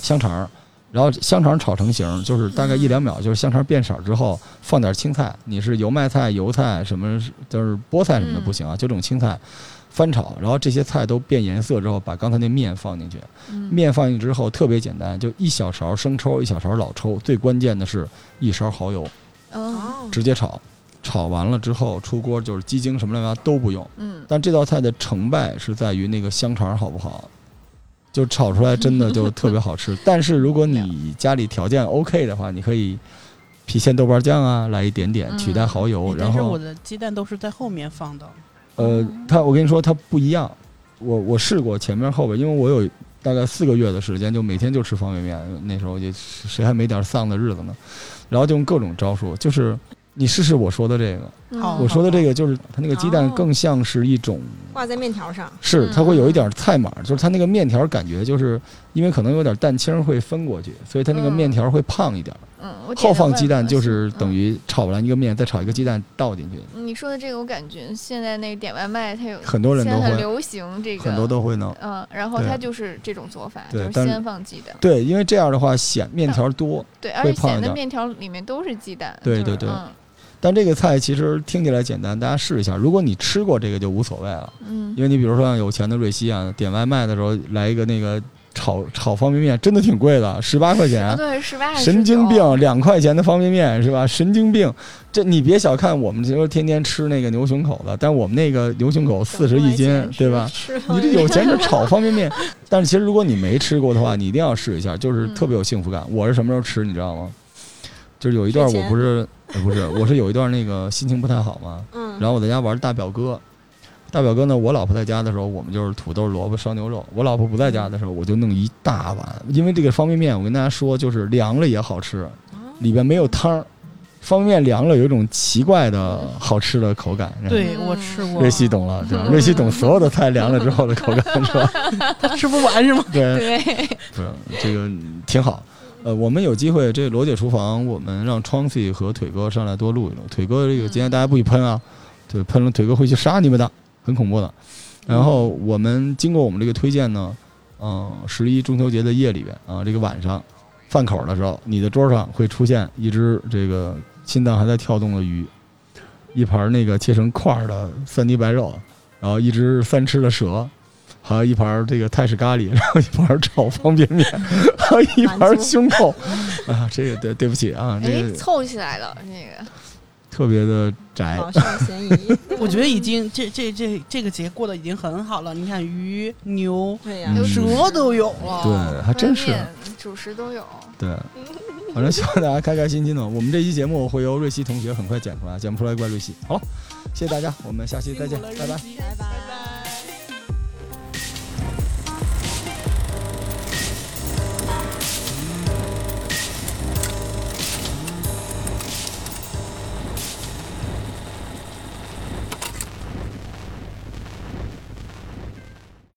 [SPEAKER 1] 香肠儿。然后香肠炒成型儿，就是大
[SPEAKER 3] 嗯
[SPEAKER 1] 概一两秒，就是香肠变色儿之后，放点青菜，你是油麦菜、油菜什么，就是菠菜什么的
[SPEAKER 3] 嗯
[SPEAKER 1] 不行啊，就这种青菜翻炒，然后这些菜都变颜色之后，把刚才那面放进去，
[SPEAKER 3] 嗯
[SPEAKER 1] 面放进去之后特别简单，就一小勺生抽，一小勺老抽，最关键的是一勺蚝油，
[SPEAKER 3] 嗯
[SPEAKER 4] 哦，
[SPEAKER 1] 直接炒，炒完了之后出锅就是鸡精什么乱七八糟都不用。
[SPEAKER 3] 嗯，
[SPEAKER 1] 但这道菜的成败是在于那个香肠好不好，就炒出来真的就特别好吃。但是如果 你家里条件 OK 的话，你可以郫县豆瓣酱啊来一点点
[SPEAKER 3] 嗯
[SPEAKER 1] 取代蚝油，然
[SPEAKER 2] 哎但是
[SPEAKER 1] 后
[SPEAKER 2] 我嗯的鸡蛋都是在后面放的，
[SPEAKER 1] 呃，它我跟你说它不一样，我我试过前面后边，因为我有大概四个月的时间，就每天就吃方便面，那时候也谁还没点丧的日子呢，然后就用各种招数，就是你试试我说的这个，
[SPEAKER 3] 嗯
[SPEAKER 2] 哦好哦
[SPEAKER 1] 我说的这个就是它那个鸡蛋更像是一种。
[SPEAKER 4] 挂在面条上。
[SPEAKER 1] 是，
[SPEAKER 3] 嗯
[SPEAKER 1] 它会有一点菜码，就是它那个面条感觉就是因为可能有点蛋清会分过去，所以它那个
[SPEAKER 3] 嗯
[SPEAKER 1] 面条会胖一点。
[SPEAKER 3] 嗯，我点
[SPEAKER 1] 后
[SPEAKER 3] 的
[SPEAKER 1] 放
[SPEAKER 3] 外
[SPEAKER 1] 鸡蛋
[SPEAKER 3] 面
[SPEAKER 1] 就是等
[SPEAKER 3] 嗯
[SPEAKER 1] 于炒完一个面，再炒一个鸡蛋倒进去，
[SPEAKER 3] 你说的这个，我感觉现在那个点外卖，它有
[SPEAKER 1] 很多人
[SPEAKER 3] 现
[SPEAKER 1] 都
[SPEAKER 3] 在很
[SPEAKER 1] 会，
[SPEAKER 3] 流行这个，
[SPEAKER 1] 很多都会弄。
[SPEAKER 3] 嗯，然后
[SPEAKER 1] 对
[SPEAKER 3] 它就是这种做法，
[SPEAKER 1] 对
[SPEAKER 3] 就是
[SPEAKER 1] 但是
[SPEAKER 3] 先放鸡蛋，
[SPEAKER 1] 对，因为这样的话显面条多，
[SPEAKER 3] 对，而且
[SPEAKER 1] 胖一
[SPEAKER 3] 显
[SPEAKER 1] 点
[SPEAKER 3] 得
[SPEAKER 1] 儿
[SPEAKER 3] 面条里面都是鸡蛋，
[SPEAKER 1] 对
[SPEAKER 3] 就
[SPEAKER 1] 对
[SPEAKER 3] 是
[SPEAKER 1] 对
[SPEAKER 3] 嗯
[SPEAKER 1] 但这个菜其实听起来简单，大家试一下。如果你吃过这个就无所谓了，
[SPEAKER 3] 嗯，
[SPEAKER 1] 因为你比如说像有钱的瑞希啊，点外卖的时候来一个那个炒炒方便面，真的挺贵的，十八块
[SPEAKER 3] 啊
[SPEAKER 1] 钱。
[SPEAKER 3] 对，十八
[SPEAKER 1] 神经，病，两块钱的方便面是吧？神经病，这你别小看我们，就说天天吃那个牛胸口的，但我们那个牛胸口四十一斤，对吧？
[SPEAKER 4] 吃了
[SPEAKER 1] 你这有钱是炒方便面，但是其实如果你没吃过的话，你一定要试一下，就是特别有幸福感。我是什么时候吃，你知道吗？就是有一段
[SPEAKER 4] 睡
[SPEAKER 1] 我
[SPEAKER 4] 前
[SPEAKER 1] 不是、呃不是，我是有一段那个心情不太好嘛，
[SPEAKER 4] 嗯，
[SPEAKER 1] 然后我在家玩大表哥。大表哥呢？我老婆在家的时候，我们就是土豆、萝卜烧牛肉；我老婆不在家的时候，我就弄一大碗。因为这个方便面，我跟大家说，就是凉了也好吃，
[SPEAKER 3] 哦
[SPEAKER 1] 里边没有汤儿。方便面凉了有一种奇怪的好吃的口感。是吧
[SPEAKER 2] 对
[SPEAKER 3] 嗯
[SPEAKER 2] 我吃过
[SPEAKER 1] 瑞，希懂了，对吧？瑞希懂所有的菜凉了之后的口感，是吧？
[SPEAKER 2] 吃不完 是吗？
[SPEAKER 1] 对，
[SPEAKER 3] 对，
[SPEAKER 1] 不是这个挺好。呃，我们有机会，这罗姐厨房，我们让 Chauncey 和腿哥上来多录一录。腿哥这个今天大家不许喷啊，对，喷了腿哥会去杀你们的，很恐怖的。然后我们经过我们这个推荐呢，嗯、十一中秋节的夜里边啊，这个晚上饭口的时候，你的桌上会出现一只这个心脏还在跳动的鱼，一盘那个切成块儿的三滴白肉，然后一只三吃的蛇，还有一盘这个泰式咖喱，然后一盘炒方便面，还有一盘胸口。啊，这个对对不起啊，这
[SPEAKER 3] 哎，
[SPEAKER 1] 个
[SPEAKER 3] 凑起来了，那个
[SPEAKER 1] 特别的宅。
[SPEAKER 4] 老少咸宜。
[SPEAKER 2] 我觉得已经这这这这个节过得已经很好了。你看鱼、牛、
[SPEAKER 4] 对呀
[SPEAKER 1] 嗯，
[SPEAKER 2] 蛇都有了，
[SPEAKER 1] 对，还真是
[SPEAKER 3] 方便面主食都有，
[SPEAKER 1] 对。反正希望大家开开心心的。我们这期节目会由瑞希同学很快剪出来，剪不出来怪瑞希。好了，谢谢大家，我们下期再见，拜拜。
[SPEAKER 4] 拜拜。